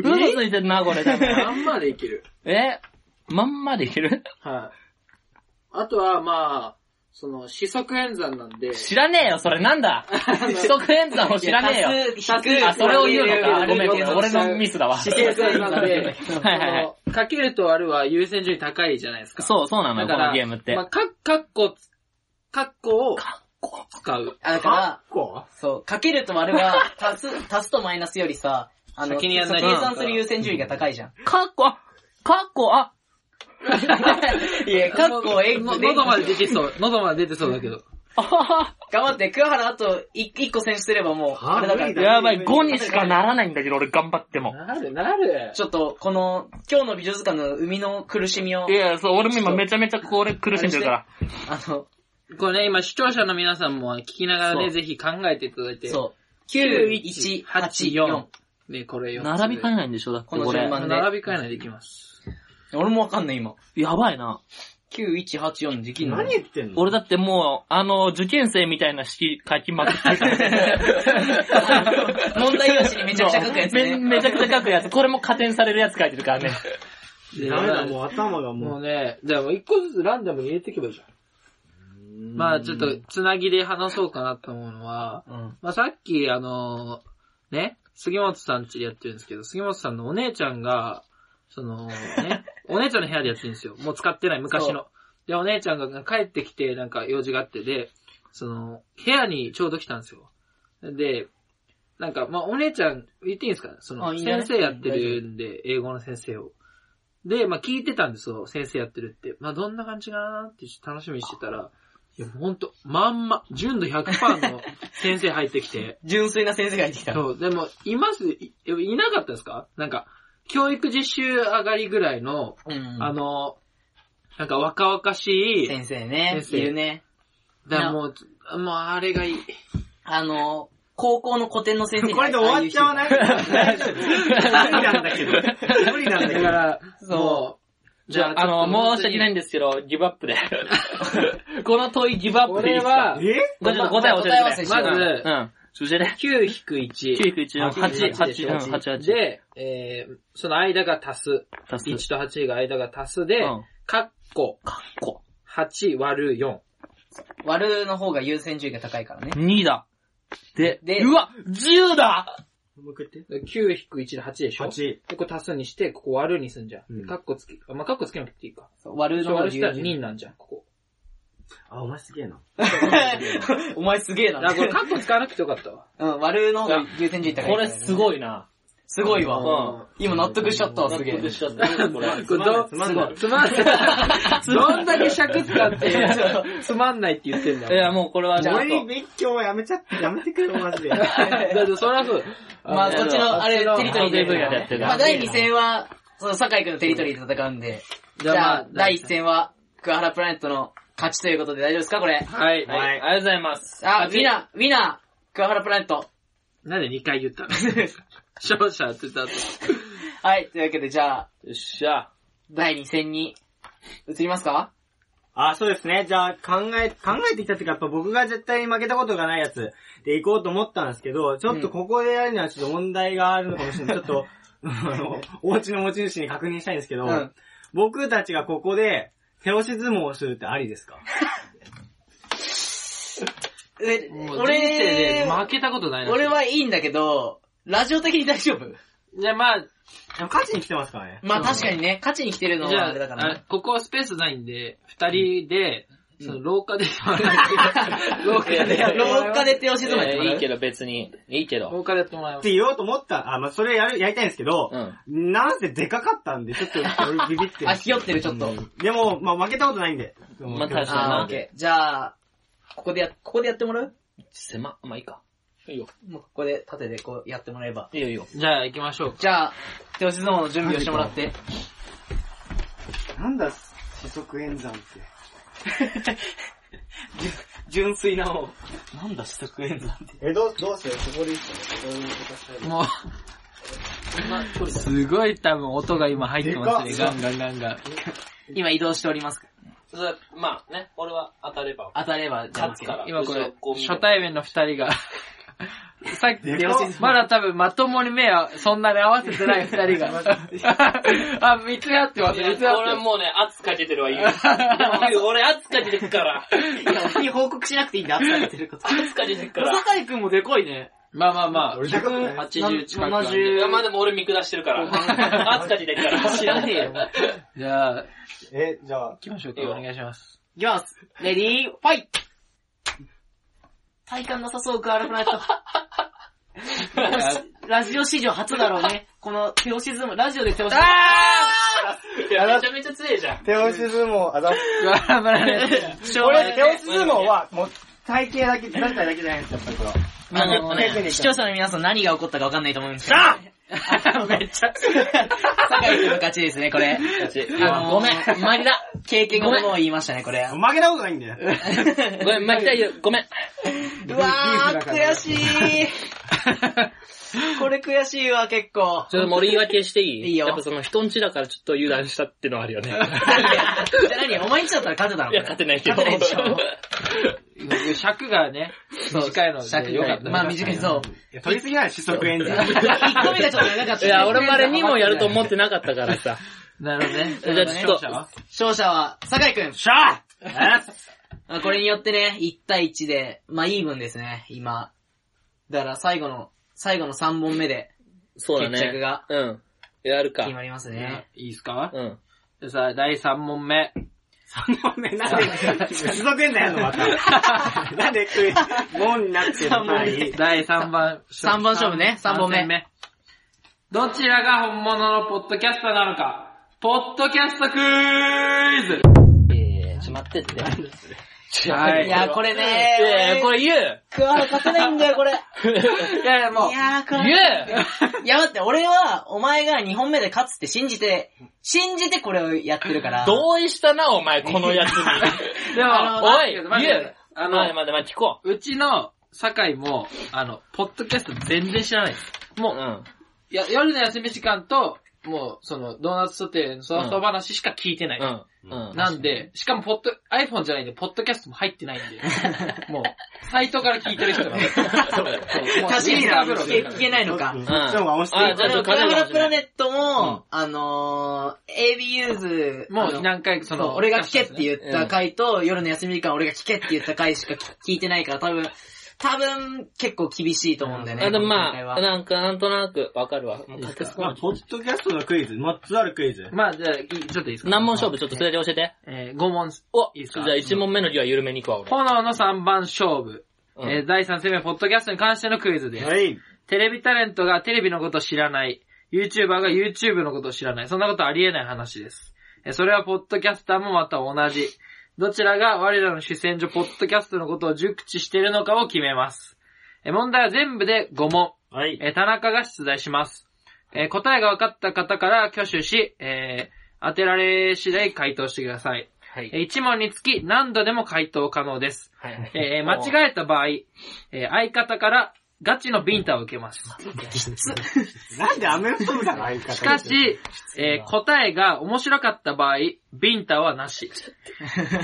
A: 嘘ついてんな、これ。多分
D: まんまでいける。
A: えまんまでいける
D: はい。あとは、まあ、その、四則演算なんで、
A: 知らねえよ、それなんだ四則演算を知らねえよ。
B: いや多数、
A: あ、それを言うのか。ごめん、ごめん俺のミ
B: ス。
A: スだわ。
D: 四則演算なんで、
A: はいはいはい
D: そのかけると割るは優先順位高いじゃないですか。
A: そう、そうなのよ、こ
D: だから
A: のゲームって
D: まあ、。か、かっこ、かっこを、使う。
B: あだから、
C: こ
B: そう、かけると丸は、足す、足すとマイナスよりさ、あの、
D: 先
B: 計
D: にやんないと
B: 算する優先順位が高いじゃん。
A: かっこ、あかっこ、あ、
B: いや、かっこえ
D: の喉まで出てそう。喉まで出てそうだけど。
A: あはは
B: 頑張って、桑原あとい一個選出すればもう、
C: はあ
B: あれだか
C: 無理
B: ら。
C: だ
A: やばい、5にしかならないんだけど、俺頑張っても。
D: なるなる。
B: ちょっと、この、今日の美術館の生みの苦しみを
A: い、や、そう、俺も今めちゃめちゃこれ苦しんでるから。
B: あの、
D: これね、今視聴者の皆さんも聞きながら
B: そ
D: ね、
B: う
D: ぜひ考えていただいて。
B: そう。
D: 9、
B: 9、1、
D: 1、
B: 8、
D: 8、
B: 4
D: 4。。ね、これ4つ。
A: 並び替え
D: え
A: ないんでしょ、だって
B: この
A: これ
B: 順。番で。
D: 並び替えないでいきます。
B: 俺もわかんない今。
A: やばいな。
B: 9、1、8、4でき
C: う。
B: んの
C: 何言ってんの
A: 俺だってもう、あの、受験生みたいな式書きまくってるから。
B: 問題用紙にめちゃくちゃ書くやつ
A: め
B: ね。
A: めちゃくちゃ書くやつ。これも加点されるやつ書いてるからね。
D: で
C: ダメだ、もう頭が
D: も
C: も
D: うね、じゃあもう1個ずつランダムに入れていけばいいじゃん。
C: う。
D: まあちょっと、つなぎで話そうかなと思うのは、
B: うん。
D: まあさっき、あのーね、杉本さん家でやってるんですけど、杉本さんのお姉ちゃんが、そ の、ね、お姉ちゃんの部屋でやってるんですよ。もう使ってない、昔の。で、お姉ちゃんが帰ってきて、なんか用事があってで、その、部屋にちょうど来たんですよ。で、なんか、まあお姉ちゃん、言っていいんですかその、
B: あいいんじゃない
D: 先生やってるんで、英語の先生を。で、まあ聞いてたんですよ、先生やってるって。まあどんな感じかなって楽しみにしてたら、いや、もうほんと、まんま、純度100%の先生入って きて、
B: 純粋な先生が入ってきた。
D: そう、でも、います、いいなかったですかなんか、教育実習上がりぐらいの、
B: うん。
D: あの、なんか若々しい、
B: 先生ね。
D: 先生
B: いるね。
D: だからもう、もうあれがいい。
B: あの、高校の古典の先生に
C: これで終わっちゃわない大丈夫。無理なんだけど。無理な
D: だか
C: んだけど。
D: ら、
B: そう
D: もう
A: じゃあ、あの、申し訳ないんですけど、ギブアップで。 この問いギブアップでいいですか
C: え
A: これちょっと答え教えてくれ。
B: まあ答え合わせしよう
A: うんうん。そしてね、
D: 9引く
A: 991、
D: 1。
A: 8、
D: 8
A: 8、うん8、8。
D: で、えー、その間が足す。
A: 足す。
D: 1と8が間が足すで、
A: うん
D: カッコ
A: かっこ。
D: 8割る4。
B: 割るの方が優先順位が高いからね。
A: 2だ。で、
B: で
A: うわ !10 だ
C: もう一回言って。
D: 9引く1で8でしょ
C: 8。
D: で、これ足すにして、ここ割るにすんじゃん。
C: うん
D: カッコつけ、あまあ、カッコつけなくていいか。
B: 割るの方が
D: 割る
B: 優
D: したら
B: 先順
D: 2
B: 位。
D: になんじゃん、ここ。
C: あ、お前すげえな。
B: お前すげえな
D: あ、。これカッコ使わなくてよかった わ。
B: うん、割るの方が優先順位高い。
A: これす
B: い。
A: ごいな。
B: すごい
A: うん
B: わ。今納得しちゃったわ、
A: 納
B: すげえ。
A: 得しちゃった。これ。
D: これど
C: つまんない
D: つまんない。どんだけ尺使って、つまんないって言ってんだ
A: いや、
D: も
A: もうこれは、じゃあ、
C: 俺に勉強はやめちゃって、やめてくれよ、マジ で。
D: う。だってそりゃそう。
B: まあ、こっちの、あれ、テリトリーで。
A: 得意分野でやってる
B: まあ、第2戦は、その、酒井くんのテリトリーで戦うんで、じ
D: じゃあま
B: ゃ
D: あ
B: あ、第1戦は、クアハラプラネットの勝ちということで大丈夫ですかこれ。
D: はい。
A: はい、ありがとうございます。
B: あ、ウィナー、ウィナー、クアハラプラネット。
D: なんで2回言ったの勝者って言った後。
B: はい、というわけで、じゃあ、
A: よっしゃ。
B: 第2戦に、移りますか
C: あ、そうですね。じゃあ、考え、考えてきたっていうか、やっぱ僕が絶対に負けたことがないやつで行こうと思ったんですけど、ちょっとここでやるにはちょっと問題があるのかもしれない。ちょっと、 あの、お家の持ち主に確認したいんですけど、
B: うん
C: 僕たちがここで、手押し相撲をするってありですか
B: え、
D: もう人生で
B: 俺、
D: 負けたことないな。
B: 俺。はいいんだけど、ラジオ的に大丈夫
D: じゃあまあ、
C: でも勝ちに来てますからね。
B: まあ確かにね、勝ちに来てるの
D: じ
B: は
D: ゃ
B: あれだから
D: あ、あ
B: ね。
D: ここはスペースないんで、二人で、その廊下で、廊下
A: いや
B: 廊下で手押し相撲やって
A: え
B: も
A: ー
B: ら
A: いういけど、別に。いいけど。
D: 廊下でやってもらいま
C: っ
D: す。
C: て言おうと思った、あ、まあそれやる、やりたいんですけど、
A: うん。
C: なんせでかかったんで、ちょっと俺ビビって る。
B: あ、ひよってる、ちょっと。
C: でも、まあ負けたことないんで。
A: まあ確かに
B: あー、
A: な
B: オッケー。じゃあ、ここでや、ここでやってもらう
A: 狭、まあいいか。いいよ。
B: もうここで縦でこうやってもらえば。
A: いいよいいよ。
D: じゃあ行きましょう。
B: じゃあ、手押し相撲の準備をしてもらって。
C: なんだ、四則演算って。
B: 純粋な方。なんだ、四則演算って。
C: え、どう、どうするここでいいっすかねここに
D: もう、すごい多分音が今入ってますね。
C: でか
D: ガ
C: っ
D: ンガンガンガン。
B: 今移動しておりますからね。
A: それまあね、俺は当たれば。
B: 当たれば、じゃん
A: 勝つ
B: けん。
A: から
D: 今こ
A: 後ろ
D: れ
A: こう、見る
D: 初対面の二人が、さっき、
C: でかっ
D: まだ多分まともに目は、そんなに合わせてない二人が。あ、見つめ合ってます、
A: い
D: 見
A: や
D: つめ合
A: 俺
D: って
A: もうね、圧かけてる わ、言う。言う俺圧かけてくから。
B: いや、俺に報告しなくていいんだ、当たれてること。
A: 圧かけてくから。
B: 酒井くんもでこいね。
D: まあまあまあ。
C: 俺100ね
D: 80近くある
A: い
B: 70
A: や、まあでも俺見下してるから。圧かけてくから。
B: 知らねえよ。
D: じゃあ、行
C: え、じゃあ、
D: きましょうか。お願いします。
B: いきます。レディー、ファイト体感なさそうく歩か ないと。ラジオ史上初だろうね。この手押し相撲、ラジオで手押し
A: いや、めちゃめちゃ強いじゃん。
C: 手押し相撲、あざ、
D: 頑張らないと
B: 相撲。
C: これ手押し相撲は、もう、体型だけ、何体だけじゃないんですよ、やっぱりこれは。
B: あの
C: テクニッ
B: ね、
C: ク
B: 視聴者の皆さん何が起こったか分かんないと思うんですけど。 めっちゃ。酒井君の勝ちですね、これ。あのー
A: ごめん。
B: マリだ。経験がものを言いましたね、これ。
C: 負けたことないんだよ。
A: ごめん、巻きたいよ。ごめん。
B: うわー、悔し い。これ悔しいわ、結構。
A: ちょっともう俺言い訳していい
B: いいよ
A: やっぱその人んちだからちょっと油断したってのはあるよね。
B: じゃあ何お前んちだったら勝てたの
A: いや、勝てないけど。
B: 勝てないでしょ。
D: 尺がね、短いの
B: 尺
D: で、よかった。
B: まあ短い、そう。
C: いや、取りすぎ ない、四則演じ。
B: 1個目がちょっと長かった。
A: いや、俺もあれ2問やると思ってなかったからさ。
D: う。なるほどね。
A: じゃあちょっと
D: 勝者は
B: 勝者は、酒井くん。
C: しゃ
B: あ これによってね、1対1で、まあいい分ですね、今。だから最後の、最後の3本目で
A: そうだね。
B: 決着が
A: うん。やるか
B: 決。まりますね。
D: いいですか
A: うん。
D: さあ、第3問目。
C: 三問目、なんで、四則演じやんの、また。 なんで、門になってるの、はい
D: 第3番
B: 三番勝負ね三本目
D: 三どちらが本物のポッドキャスターなのか、ポッドキャストクイ
A: えー、ちょ、待ってって。
D: ズはい。
B: いや、これ
A: いやい
B: ね
A: や、これ言う
B: 桑原勝てないんだよ、これ。い
D: いやいや、もう、
B: やー、こ
A: 言
B: れ。いや、待って、俺は、お前が2本目で勝つって信じて、信じてこれをやってるから。
A: う同意したな、お前、このやつに。
D: でも、
B: あ
A: おい、
D: 待
A: 言
D: って
A: う
D: 待って待ってあ
A: あの、待って
D: の、
A: 待って待って、聞こ
D: うちの、酒井も、あの、ポッドキャスト全然知らないです。
A: う。もう、うん。
D: や、夜の休み時間と、もう、その、ドーナツソテーのその話しか聞いてない。
A: うん。うん。
D: なんで、しかも、ポッド、iPhone じゃないんで、ポッドキャストも入ってないんで、もう、サイトから聞いてる人が。
B: 確かにな、聞け聞けないのか
C: う。ん。
A: ん
C: そっちの方が面白い
A: あ
B: あ
A: じゃ。
B: の、桑原プラネットも、あのー、AB ユーズ、
D: も
B: あの
D: う何回か
B: そ
D: その、
B: の、俺が聞けって言った回と、夜の休み時間俺が聞けって言った回しか聞いてないから、多分、多分、結構厳しいと思うんだよね。
A: あでもま
B: 今回
A: あ、
B: は
A: なんか、なんとなくわかるわ。もう勝てそう
C: ま
A: な
C: あ、ポッドキャストのクイズ、6つあるクイズ。
D: まあ、じゃあ、いちょっといいですか
A: 何問勝負ちょっとそれで教えて。
D: えー、5問。
A: お
D: いいです
A: じゃ
D: か
A: あ1問目の理は緩めに行くわ、俺。
D: 炎の3番勝負。
A: うん
D: えー、第3戦目、ポッドキャストに関してのクイズです。
C: はい。
D: テレビタレントがテレビのことを知らない。YouTuber が YouTube のことを知らない。そんなことありえない話です。えー、それはポッドキャスターもまた同じ。どちらが我らの主戦場、ポッドキャストのことを熟知しているのかを決めます。えー、問題は全部で5問。
C: はい。
D: えー田中が出題します。えー答えが分かった方から挙手し、えー当てられ次第回答してください。
A: はい
D: えー一問につき何度でも回答可能です。
A: はいはい。
D: えー間違えた場合、えー相方からガチのビンタを受けます。
C: なんでアメフト部だの、相方。
D: しかし、、えー答えが面白かった場合、ビンタはなし。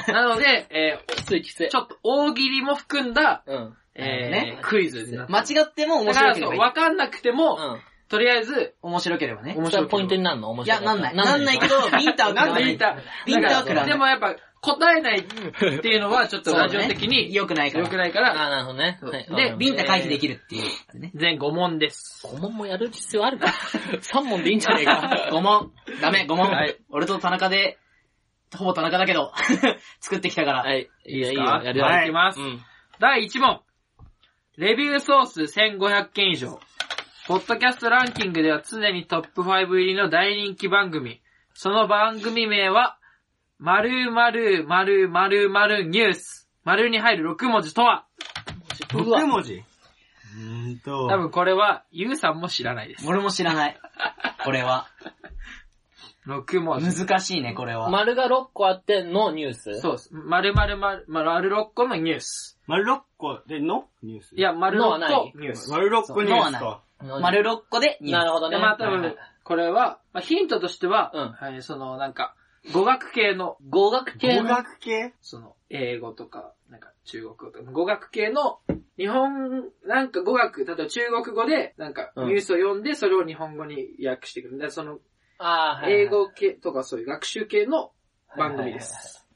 D: なので、え
A: きついきつい
D: ー。ちょっと大喜利も含んだ、
A: うん。
B: なる
D: え
B: ほどね
D: ークイズになって
B: 間違っても面
D: だか
B: 白
D: ら
B: け
D: そ
B: れば
D: う、
B: いい。
D: わかんなくて
A: う
D: も、
A: ん。
D: とりあえず、
B: 面白ければね。
D: 面
A: それ
D: 白
A: はポイントになるの面
B: い
A: 白
B: や、
A: い。
B: なんない。なんないけど、ビンタは
D: なん
B: 食
D: で
B: ら
D: ビンタ
B: ビンタは食らわない
D: でもやっぱ、答えないっていうのはちょっとラジオ的に良
B: 良くないから。
D: くないか
A: あ
D: ら、
A: あ、なるほどね。はいわ
D: で
A: かりました
B: ビンタ回避できるっていう。ね。
D: 全5問です。
A: 5問もやる必要あるか ?3 問でいいんじゃねえ か。
B: 5問。ダメ、5問
D: はい。
B: 俺と田中で、ほぼ田中だけど、 作ってきたから。
A: はい。いいよ、いいよ、
D: か
A: やるよ。
D: はい、いきます
A: う。ん。
D: 第1問。レビューソース1500件以上。ポッドキャストランキングでは常にトップ5入りの大人気番組。その番組名は、〇〇〇〇〇ニュース。〇に入る6文字とは
A: う
C: 6
A: わ。
C: 文字。うーんと、
D: 多分これは、ゆうさんも知らないです。
B: 俺も知らない。これは。
D: 6文字。
B: 難しいね、これは。
A: 丸が6個あってのニュース。
D: そうです。〇〇〇〇6個のニュース。
C: 丸6個でのニュース。
D: い、や、丸
A: のはない
D: 6個ニュース。
C: 丸6個ニュースと。
B: 丸6個で2
A: なるほどね。
D: でまあ多分、これは、まあ、ヒントとしては、
A: うん
D: はい、その、なんか、語学系の、
A: 語学系
C: 語
A: の、
C: 学系
D: その、英語とか、なんか中国語とか、語学系の、日本、なんか語学、例えば中国語で、なんか
A: うん
D: ニュースを読んで、それを日本語に訳してくる。で、その、
A: あーはいはい
D: 英語系とかそういう学習系の番
A: は
D: 組で
A: いはいはい
D: す。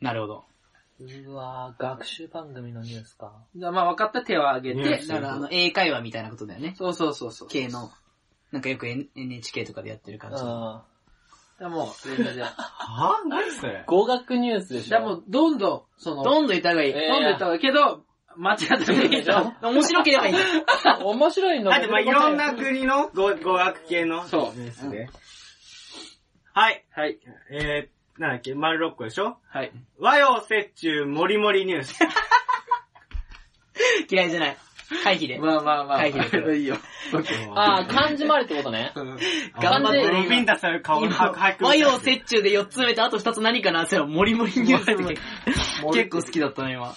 B: なるほど。
A: うわー学習番組のニュースか。
D: じゃあまあ分かった手を挙げ
C: ニュ
D: て
C: ー、ス
B: だから、あの、英会話みたいなことだよね。
D: そうそうそうそう。
B: 系の。なんかよく N- NHK とかでやってる感じ。
A: うん
D: でもう、全然じゃあ。
C: はぁ何それ
A: 語学ニュースでし
D: じゃあ
A: ょ。
D: もう、どんどん、その、どん
B: どんどんいた方がいい。
A: え
D: どん言った方がいいけど、間違ってもいいでしょ
B: 面白ければ いいんだよ。
A: 面白いの
C: だってまあいろんな国の語語学系の
D: そう
C: ニュースで。はい。
D: はい。
C: えー、なんだっけ、丸6個でしょ
D: はい。
C: 和洋折衷もりもりニュース。
B: 嫌いじゃない。回避で。
D: まあまあまあ。
B: 会議だけど
D: いいよ。
A: あー漢字もあるってことね。
B: 頑張って
C: ロビンタさんの顔の白白。
B: 和洋折衷で4つ目とあと2つ何かなって言ったら、モリモリニュースって結 構結構好きだったの今。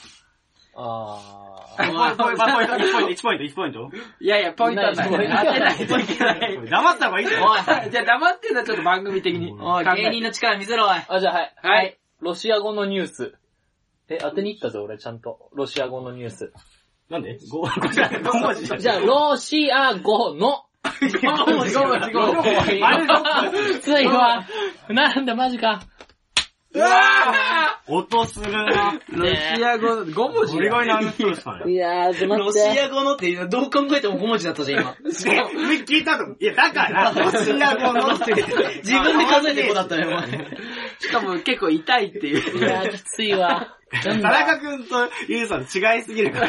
A: あ
C: ポイ
A: ー
C: ント、1ポイント、1ポイント、1ポイン
D: いやいや、ポイントはない。
A: ない
D: 当てないといけな
C: ト
D: い。。
C: 黙った方がいいんじゃない
D: じゃあ黙ってんのはちょっと番組的に。
B: おい、
D: 考えて
B: 芸人の力見せろ、おい。
A: あ、じゃあはい。
D: はい。
A: ロシア語のニュース。え、当てに行ったぞ、俺、ちゃんと。ロシア語のニュース。
C: なんで ?5 文字。
A: じゃあ、ロシア語の。
C: 5文字、5文字、5文字。丸6個。
A: きついわ。なんだ、マジか。
C: うわぁ音するな。
D: ロシア語、5文字
C: 俺
D: だ
C: がいな話をしたね。
A: やー、
B: ロシア語のっていうのどう考えても5文字だったじゃん、今。
C: で、聞いたと。いや、だから、ロシア語のって。
B: 自分で数えて5だった ね、お前。
D: しかも結構痛いって
A: い
D: いう。
A: やー、きついわ。
C: 田中くんとゆうさん違いすぎるから。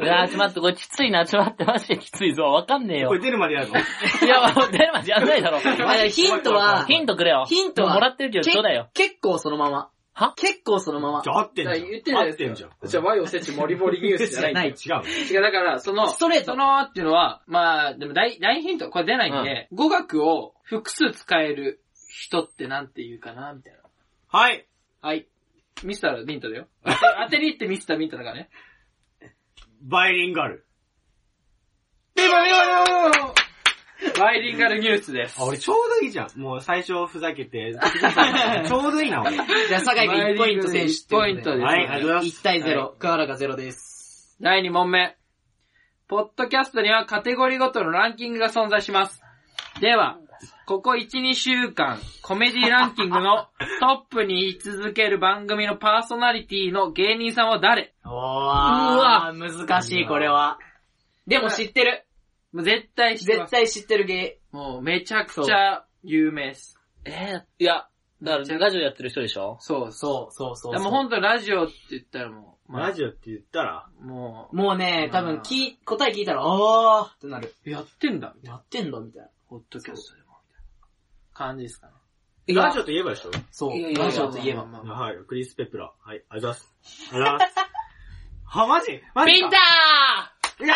A: いやー、ちょっと待って、これきついな、ちょっと待って、マジできついぞ。わかんねえよ
C: これ。出るまでやるの
A: いや、テレマジやんないだろ。
B: あいやヒントは、
A: ヒントくれよ。
B: ヒントは
A: もうもらってるけど、
B: け
A: そうだよ。
B: 結構そのまま。
A: は
B: 結構そのまま
C: じ。ゃあ合ってん
D: だ
C: じ
D: から
C: ゃん。
D: 言ってるじゃな
C: 合
D: い
C: ってん
D: で
C: じ
D: す
C: ゃん
D: か。。じゃあ、和洋折衷モリモリニュースじゃないんだよ。
C: 違う。
D: 違う、だから、 その、
B: ストレート
D: そのっていうのは、まあ、でも大、大ヒント、これ出ないんで、語学を複数使える人ってなんて言うかな、みたいな。
C: はい。
D: はい。ミスター・ミントだよ。当て 当てに行ってミスター・ミントだからね。
C: バイリンガル。
D: ビバビバビババイリンガルニュースです。
C: あ、俺ちょうどいいじゃん。もう最初ふざけ て。ちょうどいいな、俺。
B: じゃあ、酒井君1ポイント選手ってこと
D: ポイントです。
C: はいありがとうございます
B: 1対0
D: は。
B: クアラが0です。
D: 第2問目。ポッドキャストにはカテゴリーごとのランキングが存在します。では、ここ1、2週間、コメディランキング のトップに居続ける番組のパーソナリティの芸人さんは誰
B: おー、うわ難しい、これは。でも知ってる。
D: もう絶対知ってま
B: 絶
D: す。
B: 対知ってる芸。
D: もうめちゃくちゃ有名です。
A: えー、いや、だから、ラジオやってる人でしょ
D: そうです。
B: そう、そう、そう
D: でも
B: そう。
D: 本当ラジオって言ったらもう、
C: ラジオって言ったら、
D: オも
B: もうね、多分、き、答え聞いたら、あーってなる。
D: う、やってんだ、みたいな。
B: やってんだ、みたいな。
D: ポッドキャストでも、みたいな感じですかね。
A: いや
C: ラジオといえばでしょ
B: そう。
A: いやいや
B: ラジオといえば。
D: まあまあまあ
C: はい、クリス・ペプラー。はい、ありがとうございます。ありがとうございます。は、マジマジ
A: ピ
C: か
A: ンタ
C: いや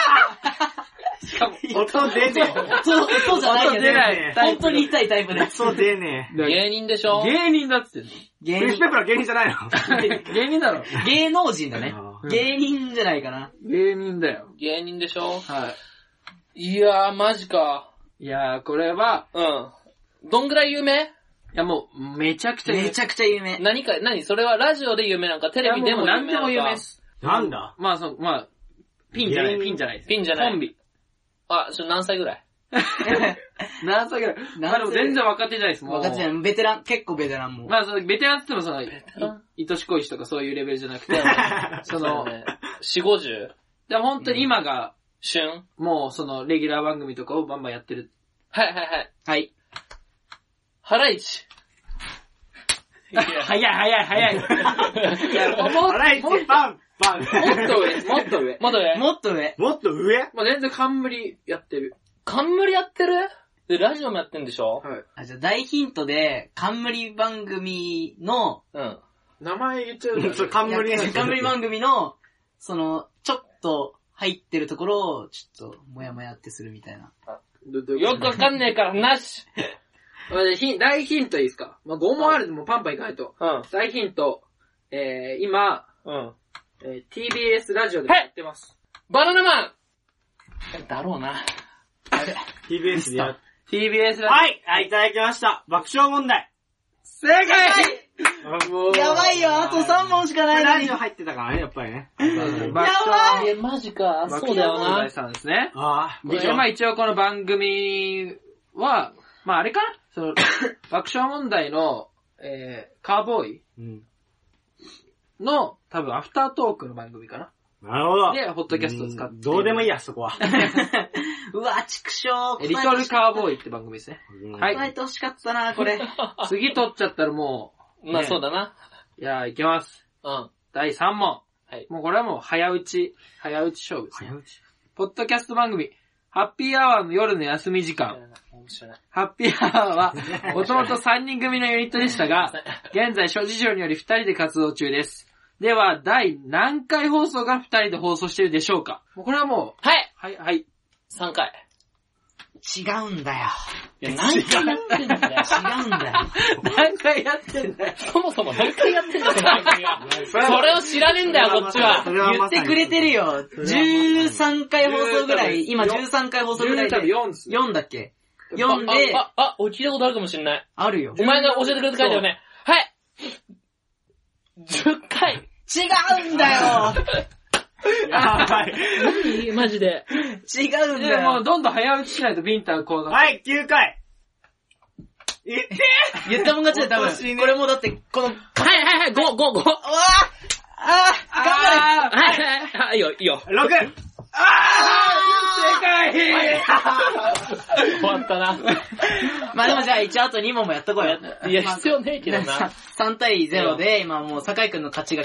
D: しかも、
C: ー音出ね
B: そう、そうじゃないけど、
D: 音出ないタイ
B: 本
D: プ
B: 当に痛いタイプ
C: え。
B: です。
C: 音出ね
A: ー芸人でしょ
D: 芸人だっつってんの
C: え。
B: 芸
C: クリス・
B: 人
C: ペプラー芸人じゃないの
D: 芸人だろ。
B: 芸能人だね
C: あ。
D: ー
B: 芸人じゃないかな。
D: 芸人だよ。
A: 芸人でしょ
D: はい
A: やー、マジか。
D: い。いやー、これは、
A: うん。どんぐらい有名
D: いやもう、めちゃくちゃ
B: めちゃくちゃ有名。
A: 何か、何それはラジオで有名なんか、テレビでも有名な
D: 何
A: んか
D: でも有名です。
C: なんだ
D: まあ、その、まあ、ピンじゃな
C: 芸
D: い、
C: 人
D: ピンじゃない。
A: ピンじゃない
D: コンビ。
A: あ、それ何歳ぐらい
D: 何歳ぐらいまあでも全然若手じゃないです、もう。
B: 若手じゃない、ベテラン、結構ベテランも。
D: まあ、その、ベテランって言ってもその、い
A: ラン
D: 愛し恋しとかそういうレベルじゃ なくて、
A: そ
D: そ
A: う
D: の、
A: ね。四五十
D: で本当に今が、
A: 旬
D: もうその、レギュラー番組とかをバンバンやってる。
A: はいはいはい。
B: はい。
A: ハライチ。
D: 早い早い早い。いやもっと、もっ
C: あらい
D: と、もっ
C: ち、パン、パン。
D: と上、もっと上。
A: 元で、
B: もっと上。
C: もっと上
D: まあ、全然冠やってる。
A: 冠やってるで、ラジオもやってんでしょ
D: はい。
B: あ、じゃあ大ヒントで、冠番組の、
A: うん。
D: 名前言っちゃう
C: うんそう冠
B: いや冠番組の、その、ちょっと入ってるところを、ちょっと、もやもやってするみたいな。
A: よくわかんねえから、なし
D: まあねヒン大ヒントいいですかまあ、5問あるでもパンパンいかないと。
A: うん。
D: 大ヒント、えー、今、
A: うん。
D: えー、TBS ラジオでやってます。
A: バナナマンだろうな。
C: TBS でやっ
D: TBS ラジオ。
C: はい、はい、いただきました。爆笑問題。
B: 正解
D: もう
B: やばいよ、あと3問しかないの
C: ラ
B: に
C: ジオ。入ってたからね、やっぱりね。
D: 爆笑
A: え、マジか。
D: 爆
A: そうだよ
D: 笑問
A: な
D: 題。さんですね。
C: ああ、
D: でまあ一応この番組は、まああれかな その、爆笑問題の、えー、カーボーイ
C: うん。
D: の、多分アフタートークの番組かな。
C: なるほど。
D: で、ホットキャストを使って
C: う
D: い
C: ん
D: る。
C: どうでもいいや、そこは。
B: うわ、畜生。
D: え。リトルカーボーイって番組ですね。は
B: 答えて欲しかったな、これ。
D: 次取っちゃったらも
A: まあそうだな。
D: う、いやーいきます。
A: うん。
D: 第3問。
A: はい
D: もうこれはもう早打ち、早打ち勝負です。
C: 早打ち。
D: ポッドキャスト番組、ハッピーアワーの夜の休み時間。
A: 面白いな。
D: ハッピーアワーは、もともと3人組のユニットでした が、現在諸事情により2人で活動中です。では、第何回放送が2人で放送しているでしょうかもうこれはもう、
A: はい
D: はい、はい。
A: !3 回。
B: 違うんだよ。
A: いや、何回やってんだよ。
B: 違うんだよ。
D: 何回やってんだよ。
A: そもそも何回やってんだよ、その番組は。それを知らねえんだよ、こっちは
C: そ。れは
B: 言
C: ま
B: っ
C: さに
B: てくれてるよ。13回放送ぐらい、
D: 13
B: 今13回放送ぐらいで。
D: 14ですね
B: 4だっけ ?4 で、
A: あ、あ、あ、聞いたことあるかもしれない。
B: あるよ。
A: お前が教えてくれて書いたよね。はい。10回。
B: 違うんだよ
C: やばい。
A: いいマジで。
B: 違うん
D: で
B: だ
D: も
B: よ
D: うどんどん早打ちしないとビンタこうな
C: はい、9回。いって
B: 言ったもん勝ちだよ、多
C: おかしい
B: 分。
C: ね
B: これもうだって、この、うわ
A: はいはいはい、5、5、5。
B: あああ頑張れ
D: あー
A: はいはいはい、いいよ、いいよ。
C: !6!
A: 終
D: あー正
C: あ
A: わったな。
B: まあでもじゃあ一応あと2問もやっとこうよ。
A: いや、必要ねえけどな。
B: 3対0で、今もう酒井くんの勝ちが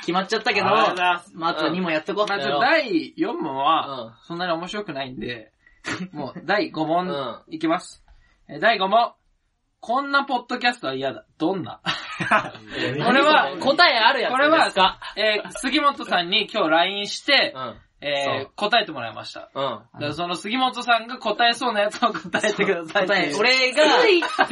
B: 決まっちゃったけど、
C: ありがとうございます
B: まああと2問やっとこう。
D: 解まあち
A: や
D: ょ
A: ろ
D: っと
A: う
D: 第4問
A: う
D: は
A: ん、
D: そんなに面白くないんで、 もう第5問
A: う
D: いきます。えー第5問。こんなポッドキャストは嫌だ。どんなこれは、
A: 答えあるやつ
D: これ
A: で
D: は
A: すか、
D: えー杉本さんに今日 LINEして、え
A: そ
D: ー答えてもらいました。
A: うん。うん。
D: だからその杉本さんが答えそうなやつを答えてください。
B: 答え、俺が
A: でー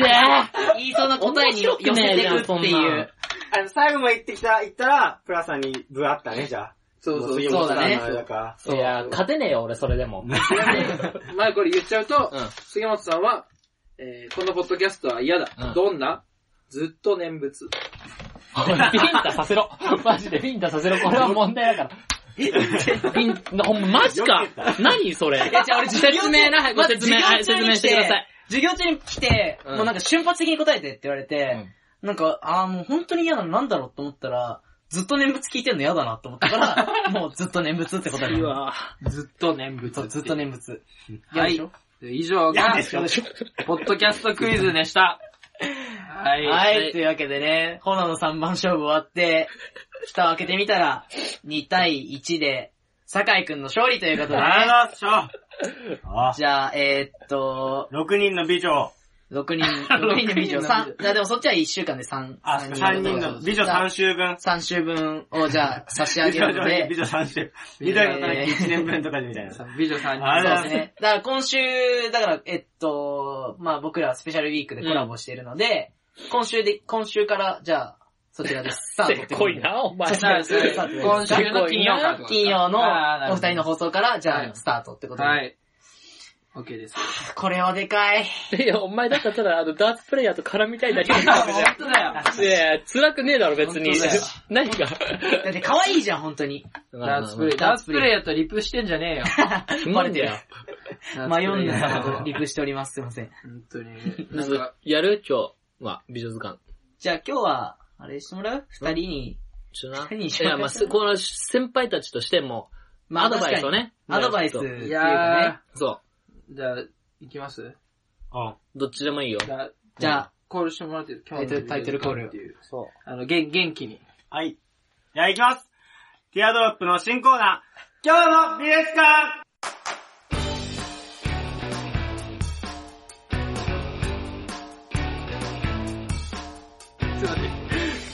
B: 言いそうな答えに寄
A: 面白
B: せ
A: くねえ
B: て
A: じゃん
B: くって
A: そん
B: い
A: な
B: う。
C: あの、最後まで行ってきた、行ったら、プラさんに分あったね、じゃあ。
D: そうそう
C: も
D: そうだね
C: 杉本さんのあ れだから。
A: いや、勝てねえよ、俺、それでも。
D: 前これ言っちゃうと、
A: うん
D: 杉本さんは、えーこのポッドキャストは嫌だ。
A: うん
D: どんなずっと念仏。
A: ビンタさせろ。 マジでビンタさせろ。これは問題だから。ビン、ほんま、マジか
C: よけ。
A: 何それ。
B: いや、じゃあ俺授業
A: 説明な、は
B: 中、
A: い、ご
B: まず
A: 説明、
B: 授業
A: はい、
B: 中
A: 説
B: に
A: 明
B: 来
A: してくださ
B: て
A: い。、
B: 授業中に来て、
A: うん
B: もうなんか瞬発的に答えてって言われて、なんか、あーもう本当に嫌なのなんだろうと思ったら、ずっと念仏聞いてんの嫌だなと思ったから、 もうずっと念仏って答え
D: う
B: た。
D: わずっと念仏
B: そう、ずっと念仏。嫌
D: は
B: で
D: い
B: しょ。
D: 以上
C: 嫌
D: が
C: でしょ、
D: ポッドキャストクイズでした。はい。
B: はい、というわけでね、炎の3番勝負終わって、蓋を開けてみたら、2対1で、酒井くんの勝利ということでね。
C: ありがとうございますあ
B: じゃあ、えーっと、
C: 6人の美女。
B: 6人、6人の美
D: 六人の美女
B: 女、三いやでもそっちは1週間で3、
C: あ、3人の美女3週分。
B: 3週分をじゃあ差し上げ
C: 美女
B: るので、
C: 美女3週。緑の時1年分とかでみたいな。
D: 美女さんに。
C: ありが
B: そう
C: とうございます
B: ですね。だから今週、だから、えっと、まあ僕らはスペシャルウィークでコラボしているので、今週で、今週から、じゃあ、そちらでスタートっ
A: せ
B: てこ
A: っ
B: と
A: こ
B: で
A: い。な、お前
B: そ。うそうそう
D: 今週の金曜かってこと
B: 金曜の
D: あーなる
B: お
D: ほど
B: 二人の放送から、じ
D: は
B: ゃ
D: い
B: あ、スタートってことで。
D: はい。OK です。
B: これはでかい。
A: いや、お前だったらただ、あの、ダーツプレイヤーと絡みた いだけだ
D: 本
A: よ。
D: 当だよ。
A: いやいや、辛くねえだろ、別に
D: 本当だよ。
A: 何が。
B: だって可愛いじゃん、本当に。
D: ダーツプレイ。ダーツプレイやったらリプしてんじゃね
A: うん
B: バレてるよ。
D: え よ。
B: 迷うんだ
D: ダー
B: よ
D: ツプレ
B: リ
D: イ
B: プしております。すいません。
D: 本当に。
A: な
D: なんんか
A: か、、やる今日は、美女図鑑。
B: じゃあ今日は、あれしてもらう二人に、
A: ちょっとな。
B: 何
A: い
B: しよう
A: や、まあ、すこの先輩たちとしても、アドバイスを。ね。
B: アドバイス。
A: ちょっ
B: って
D: い
B: いうかね
D: や。
A: とそ
D: ー、じゃあ、いきます
C: うん。
A: う。どっちでもいいよ。
D: じゃあ、
B: じゃあ、
D: コールしてもらっていい今日の
B: タイトルコール
D: っていう。
A: そ
D: あの、元元気に。
C: はい。じゃあ行きます。ティアドロップの新コーナー、今日の美術館
D: ちょっと待って。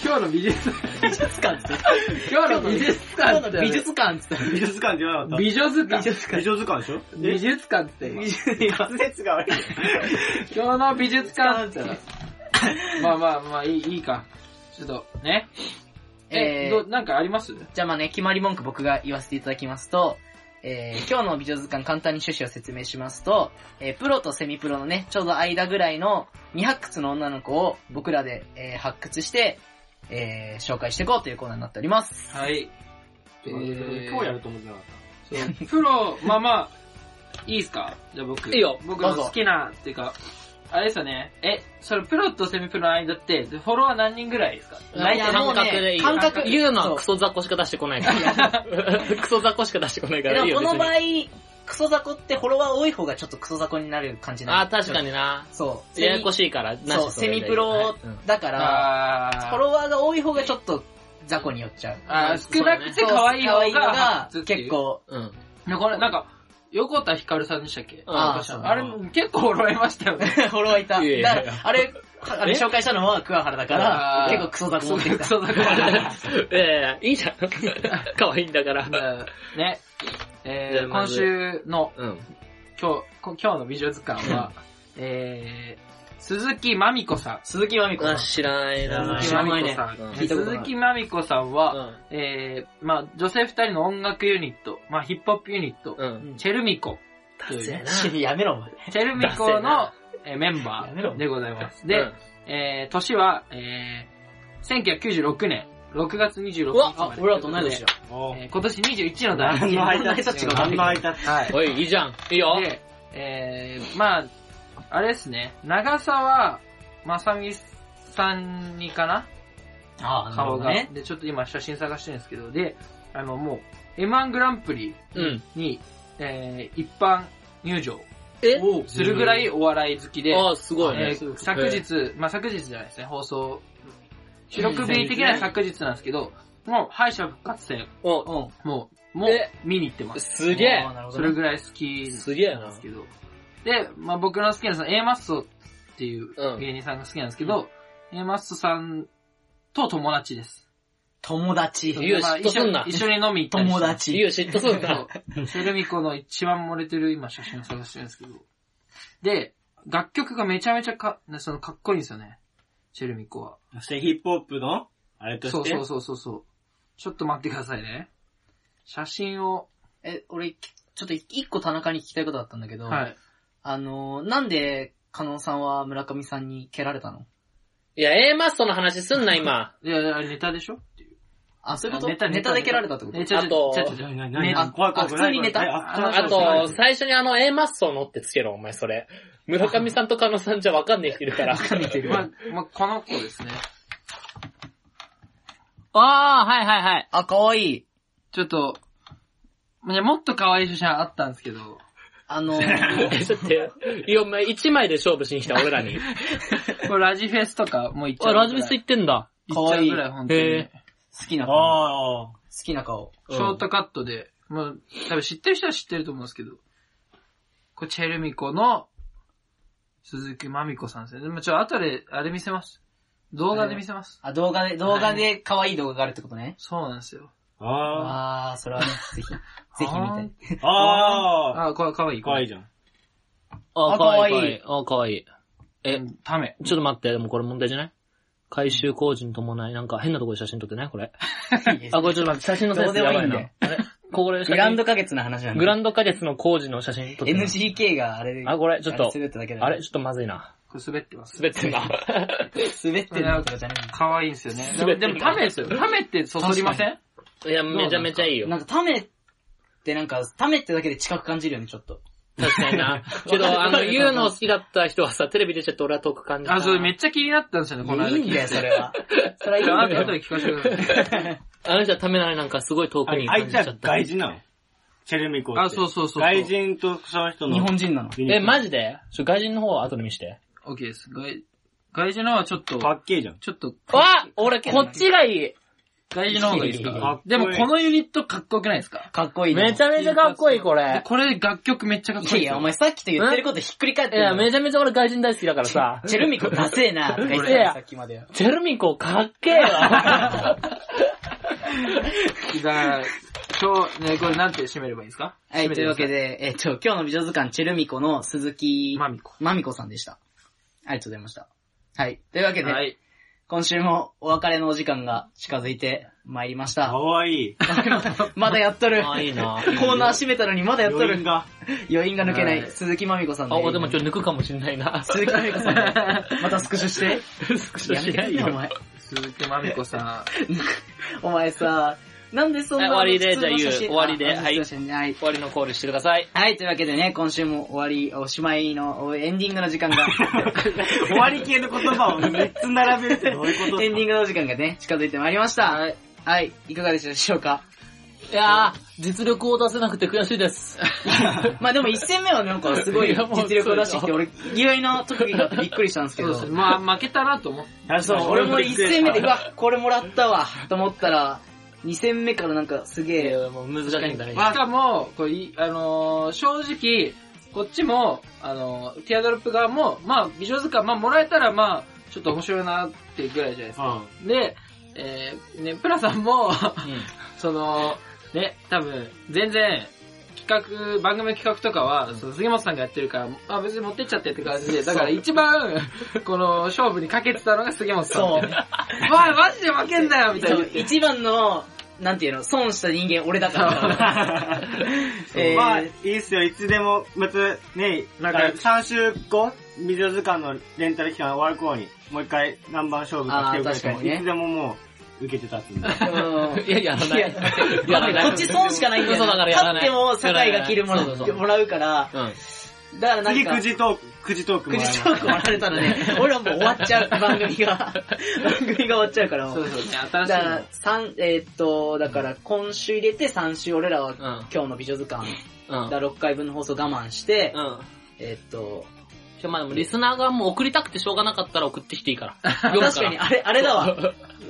D: 今日の美術、
B: 美術館って。
D: 今日の美術
B: 今
D: 館
B: 日
D: って
B: の。美術館って言った
C: 美術館って言わなかっ
D: 美女図
B: 美
D: 鑑。
B: 術
C: た。美
B: 館。
C: 女図鑑でしょ
D: 美術館って今。
C: 滑舌が悪い。
D: 今日の美術館って言ったら。まあまあまあ、いい、いいか。ちょっと、ね。え、
B: えー
D: ど、なんかあります
B: じゃあまあね、決まり文句僕が言わせていただきますと、え ー今日の美女図鑑簡単に趣旨を説明しますと、えープロとセミプロのね、ちょうど間ぐらいの未発掘の女の子を僕らで、えー発掘して、えー紹介していこうというコーナーになっております。
D: はい。えー
C: 今日やると思ってなかっ
D: そうプロ、まあまあ、いいっすかじゃあ僕。
A: いいよ
D: 僕
A: ど
D: の
A: うぞ
D: 好きな、っていうか、あれですよね。え、それプロとセミプロの間って、フォロワー何人ぐらいですか
A: 大体感覚でいい。
B: 感覚
A: 言うの
B: そ
A: はクソ雑魚しか出してこないから。クソ雑魚しか出してこないからいい
B: で
A: よ。
B: もこの場合
A: 別、
B: クソ雑魚ってフォロワー多い方がちょっとクソ雑魚になる感じ
A: に
B: なの。
A: あ、確か。にな。
B: そう。
A: ややこ
B: し
A: しいから、なし
B: そう、セミプロだから、
D: あ
B: フ
D: ー
B: ォロワーが多い方がちょっと雑魚に寄っちゃう。
D: あー少なくて可愛い
B: そう可
D: 方が
B: 愛いのが、結。構、
A: うん。
D: いやこれなんか、横田ひかるさんでしたっけ
A: あ
B: ーそう
D: あれ、結構フォロワーいましたよね。
B: フォロワーいた。
A: いやいやいや
B: だから、あれ、はあれ
A: え
B: 紹介したのは桑原だから
D: あ、ー
B: 結構クソ雑魚持ってきた。
D: そうだから。
A: ええ、いいじ ゃん。可愛いんだから。
D: ね。え
A: じゃあ
D: ー、
A: ま
D: 今
A: ず
D: 週の、
A: うん。
D: 今日、こ今日の美女図鑑は、えー、鈴木まみこさん。
B: 鈴木まみ子さん
A: あ、。知らないな。
B: 知
D: 鈴
B: ら
D: 木
B: ない
D: ま
B: ね
D: みこさ
A: うん
D: ん。
B: 聞いたことない
D: 鈴木まみこさんは、
A: うん
D: えー、まあ女性二人の音楽ユニット、まあヒップホップユニット、
A: うん。
D: チェルミコと
A: だ
D: いう
A: ぜ
D: ね、
A: な。
B: やめろ、お前。
D: チェルミ
A: ダセ
D: コ
A: えな
D: の、えーメンバ
B: やめろ
D: ーでございます。で、
A: うん、
D: えー、年は、えー、1996年、6月26日
A: うわ
D: ま
B: あ
D: で、
B: 俺らと同い年よ。
C: た。おう
D: えー今年21の
C: 何
D: 男
C: の
D: は
C: 間
B: 何の間違う
C: 間違う
D: い。
A: おい、いいじゃん。いいよ。
D: で、えー、まああれですね、長澤まさみさんにかな
B: ああ、なるほ
D: 顔
B: ど
D: が、
B: ね。
D: で、ちょっと今写真探してるんですけど、で、あの、もう、M1 グランプリ
A: うん。
D: に、えー、一般入場
A: え
D: をするぐらいお笑い好きで、
A: ああ、すごいね。
D: えー昨日、まあ、昨日じゃないですね、放送。記録日的には昨日なんですけど、もう敗者復活戦、
A: お、
D: もう、もう
A: え
D: 見に行ってます。
A: すげえ
B: あ。ーなるほど
D: そ
B: ね
D: れぐらい好き
A: すげえ
D: なん
A: な
D: です。けど。で、まあ、僕の好きなその A マッソっていう
A: うん
D: 芸人さんが好きなんですけど、A マッソさんと友達です。
B: 友達。
A: 言う
D: まあ
A: 嫉妬すんな
D: 一緒に一緒に飲み行ったりして
B: 友
A: いい
B: 達。
A: よ、嫉妬すん な。
D: そう。セルミコの一番漏れてる今写真を探してるんですけど。で、楽曲がめちゃめちゃか、ねそのかっこいいんですよね。チェルミコは。
C: そしてヒップホップの、あれと
D: そう
C: して。
D: そうそうそうそう。ちょっと待ってくださいね。写真を、
B: え、俺、ちょっと一個田中に聞きたいことだったんだけど、
D: はい。
B: あのー、なんで、加納さんは村上さんに蹴られたの
A: いや、A マストの話すんな、今。
D: いや、いやネタでしょっていう。
B: あ、そういうこと
D: あ
B: ネタで蹴られたってこと
D: えちょちょ
A: あと
D: ちょちょちょ
C: 何何
D: ね
C: 何
B: あ
C: 怖い怖い怖い
B: あ普通にネタ
C: え
D: あ
A: あ
D: そ
A: と、
D: う
A: 最初にあの A マッソのってつけろ、お前それ。村上さんと加納さんじゃわかんねえ人いる から。あ
B: 見てる。
D: まあ、まあ、この子ですね。
A: あー、はいはいはい。
B: あ、かわいい。
D: ちょっと、いやもっと可愛い写真あったんです けど、
B: あのー、
A: え、ちょっと待って、いや、お前1枚で勝負しに来た、俺らに。
D: これラジフェスとかもう行っち
A: あ、
D: ゃうぐらい。
A: ラジミス行ってんだ。
B: かわいい
D: 行っちゃうぐらい本当に。
A: へ
B: 好きな顔。好
C: ああ。
B: きな顔。
D: ショートカットで、もう、多分知ってる人は知ってると思うんですけど、これチェルミコの鈴木まみこさんですね。でもちょ、後で、あれ見せます。動画で見せます。
B: あ、動画で、動画で可愛い動画があるってことね。
D: そうなんですよ。
C: あ
B: あー、そ れはね、ぜひ、ぜひ見
D: あー
B: たい。
C: あ。ああ。
D: あ、これかわいい。
C: かわいい
D: い。
C: じゃん。
A: あ
B: あ
A: ー、かわい
B: かわい
A: い。あー、かわいい。え、
D: ため。
A: ちょっと待って、でもこれ問題じゃない回収工事に伴い、なんか変なとこで写真撮ってないこれ。
B: いいです
A: あ、これちょっと待って、写真のセンスやばいな。
B: どうでもいいん
A: あれこれ写真
B: グランド花月の話なん
A: グ
B: で。
A: ランド花月の工事の写真撮ってない
B: NGK があれで、
A: あ、これちょっ
B: あ
A: と
B: す、るってだけだ
A: あれちょっとまずいな。
D: これ滑ってます。
A: 滑ってんな。
B: 滑ってるのとかじゃねえんだ
D: かわいいんですよね。で
A: 滑
D: も、
A: って
D: で
A: る
D: もためですよ。ためってそそりません
A: いや、めちゃめちゃいいよ
B: な。んか、ためってなんか、ためってだけで近く感じるよね、ちょっと。
A: 確かにな。けど、あの、言うの好きだった人はさ、テレビ出ちゃって俺は遠く感じたな。
D: あ、それめっちゃ気になったんですよね、この
B: い
D: 間
B: いんだよ、それ は。それはいいん
D: あ
B: だ
D: と
B: よ。
D: で聞かせてください。
A: あの人はためなりなんかすごい遠くに
C: あ
A: 感
C: い
A: じ
C: つ
A: ちゃ
C: は
A: った。
C: 外人なのチェルミコって。
D: あ、そうそうそうそう。
C: 外人とその 人の。
B: 日本人なの。
A: え、マ
C: ジ
A: ジでちょ外人の方は後で見して。
D: OK です。外、外人の方はちょっと、
C: かっけえじゃん。
D: ちょっと、
A: あ俺こっちがい
D: 外人の方がいいです
B: かっ
D: か
C: こいい
D: でもこのユニットかっこよくないですか
B: かっこい
A: い
B: いね
A: めちゃめちゃかっこいいこ
D: で
A: れ。
D: これ楽曲めっちゃかっこいいです
B: い
D: よ。
B: やいや、お前さっきと言ってることひっくり返っ
A: い
B: てんだ
A: や、
B: よ
A: めちゃめちゃ俺外人大好きだからさ。
B: チェルミコダセえ な、とか言ってたよさっきまでよ。
A: チェルミコかっけえ わ。
D: だから、今日、ね、これなんて締めればいいですか
B: はい、というわけ
D: で。
B: で、えっと、今日の美女図鑑、チェルミコの鈴木
D: まみこ。
B: まみこさんでした。ありがとうございました。はい、というわけで、
D: はい。
B: 今週もお別れのお時間が近づいてまいりまし
C: か
B: た。
C: わいい。
B: まだやっとる。
A: あ、いいな
B: コーナー閉めたのにまだやっと
C: 余韻
B: る。
C: が。
B: 余韻が抜けない。
D: はい
B: 鈴木まみこさん
A: あ、
B: の
A: 俺
B: 余
A: で
B: 韻
A: も今
B: が。
A: 日抜くかもしんないな。
B: 鈴木まみこさんの余 韻。またスクショして。
A: スクショ
B: やめ
A: してな
B: く
A: い
B: れよ、お
A: よ。
B: 前。
D: 鈴木まみこさ
B: お前さ、なんでそんな
A: はい終わりで
B: 普通の
A: じゃあ
B: 写真
A: 言う終わりで
B: あ
A: はい
B: 普通の写真はい。
A: 終わりのコールしてください。
B: はい、というわけでね、今週も終わり、おしまいのおエンディングの時間が、
C: 終わり系の言葉を3つ並べる ってどういうこと
B: エンディングの時間がね、近づいてまいりました。はい、いかがでしたでしょうか。
A: いやー、実力を出せなくて悔しいです。
B: まあでも一戦目はなんかすごい実力を出してきて、俺、意外な特技があってびっくりしたんですけ
D: ん。そう
B: ど。
D: ですね。まあ、負けたなと思って。
C: あ
B: そう、俺も一戦目で、うわ、これもらったわ、と思ったら、二戦目からなんかすげ
A: い
B: え、
A: やもう難しいんだね。
D: しかも、これい、あのー正直、こっちも、あのーティアドロップ側も、まあ、美女図鑑、まあ、もらえたら、まあ、ちょっと面白いなっていうぐらいじゃないですか。
C: う
D: で、えー、ね、プラさんも、
A: うん
D: その、ね、多分、全然、企画、番組の企画とかは、その杉本さんがやってるから、あ、別に持ってっちゃってって 感じで、だから一番、この、勝負にかけてたのが杉本さん。
B: そう
D: わあ、マジで負けんなよみたいな
B: そう。一番の、なんていうの、損した人間俺だ から。
C: ん。
B: えー
C: まあ、いいっすよ、いつでも、まず、ね、なんか3週後、美女図鑑のレンタル期間終わる頃に、もう一回南蛮勝負が来てくれて
B: あー確か
C: も、
B: にね
C: いつでももう、受けてた つんで。
B: うん
A: いや、やらない。
B: いやこっち損しかないんだよ。
A: 嘘だからやら
B: 勝
A: な
B: っ
A: い
B: ても、酒井が着るもの
A: そうそうそう
B: もらうから、
A: うん。
B: だからなんか、
C: 次、くじトーク、くじトークも
B: く
C: らえま
B: じ
C: す
B: トークもられたらね、 俺はもう終わっちゃう、番組が。番組が終わっちゃうからも
D: そう
B: う。
D: そうね、
B: だ
D: 新し
B: か
D: い
B: ら、三、えーっと、だから今週入れて3週俺らは
A: ん
B: 今日の美女図鑑、
A: うん。
B: だから6回分の放送我慢して、
A: うん。
B: えーっと、
A: ちょ、まあでもリスナーがもう送りたくてしょうがなかったら送ってきていい から。読む
B: 確
A: か
B: かに
A: ら。
B: あれ、あれだわ。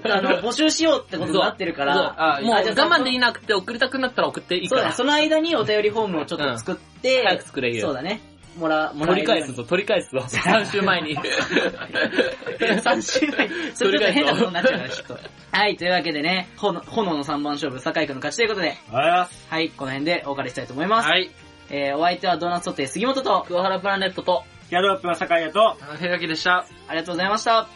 B: あの、募集しようってことになってるか
A: そう
B: ら、
D: あ
A: もう
B: あじゃあ
A: 我慢でいなくて送りたくなったら送っていい
B: そ
A: か
B: うだ、
A: ら。
B: その間にお便りフォームをちょっと作って、
A: 早く作れるよ
B: そうだね。もら、もら
A: 取り
B: えるよう
A: 返
B: に
A: すぞ、取り返す ぞ。3週前 に。
B: 3週前。それちょっと変なことになっ ちゃうから、ちょっと。はい、というわけでね、炎炎の3番勝負、酒井くんの勝ちということで、
C: ありがとうございます
B: はい、この辺でお別れしたいと思います。
D: はい。
B: えー、お相手はドーナツソテー杉本と、
A: 桑原プラネットと、
C: ギャロップの酒井だと、
D: あの、平垣でした。
B: ありがとうございました。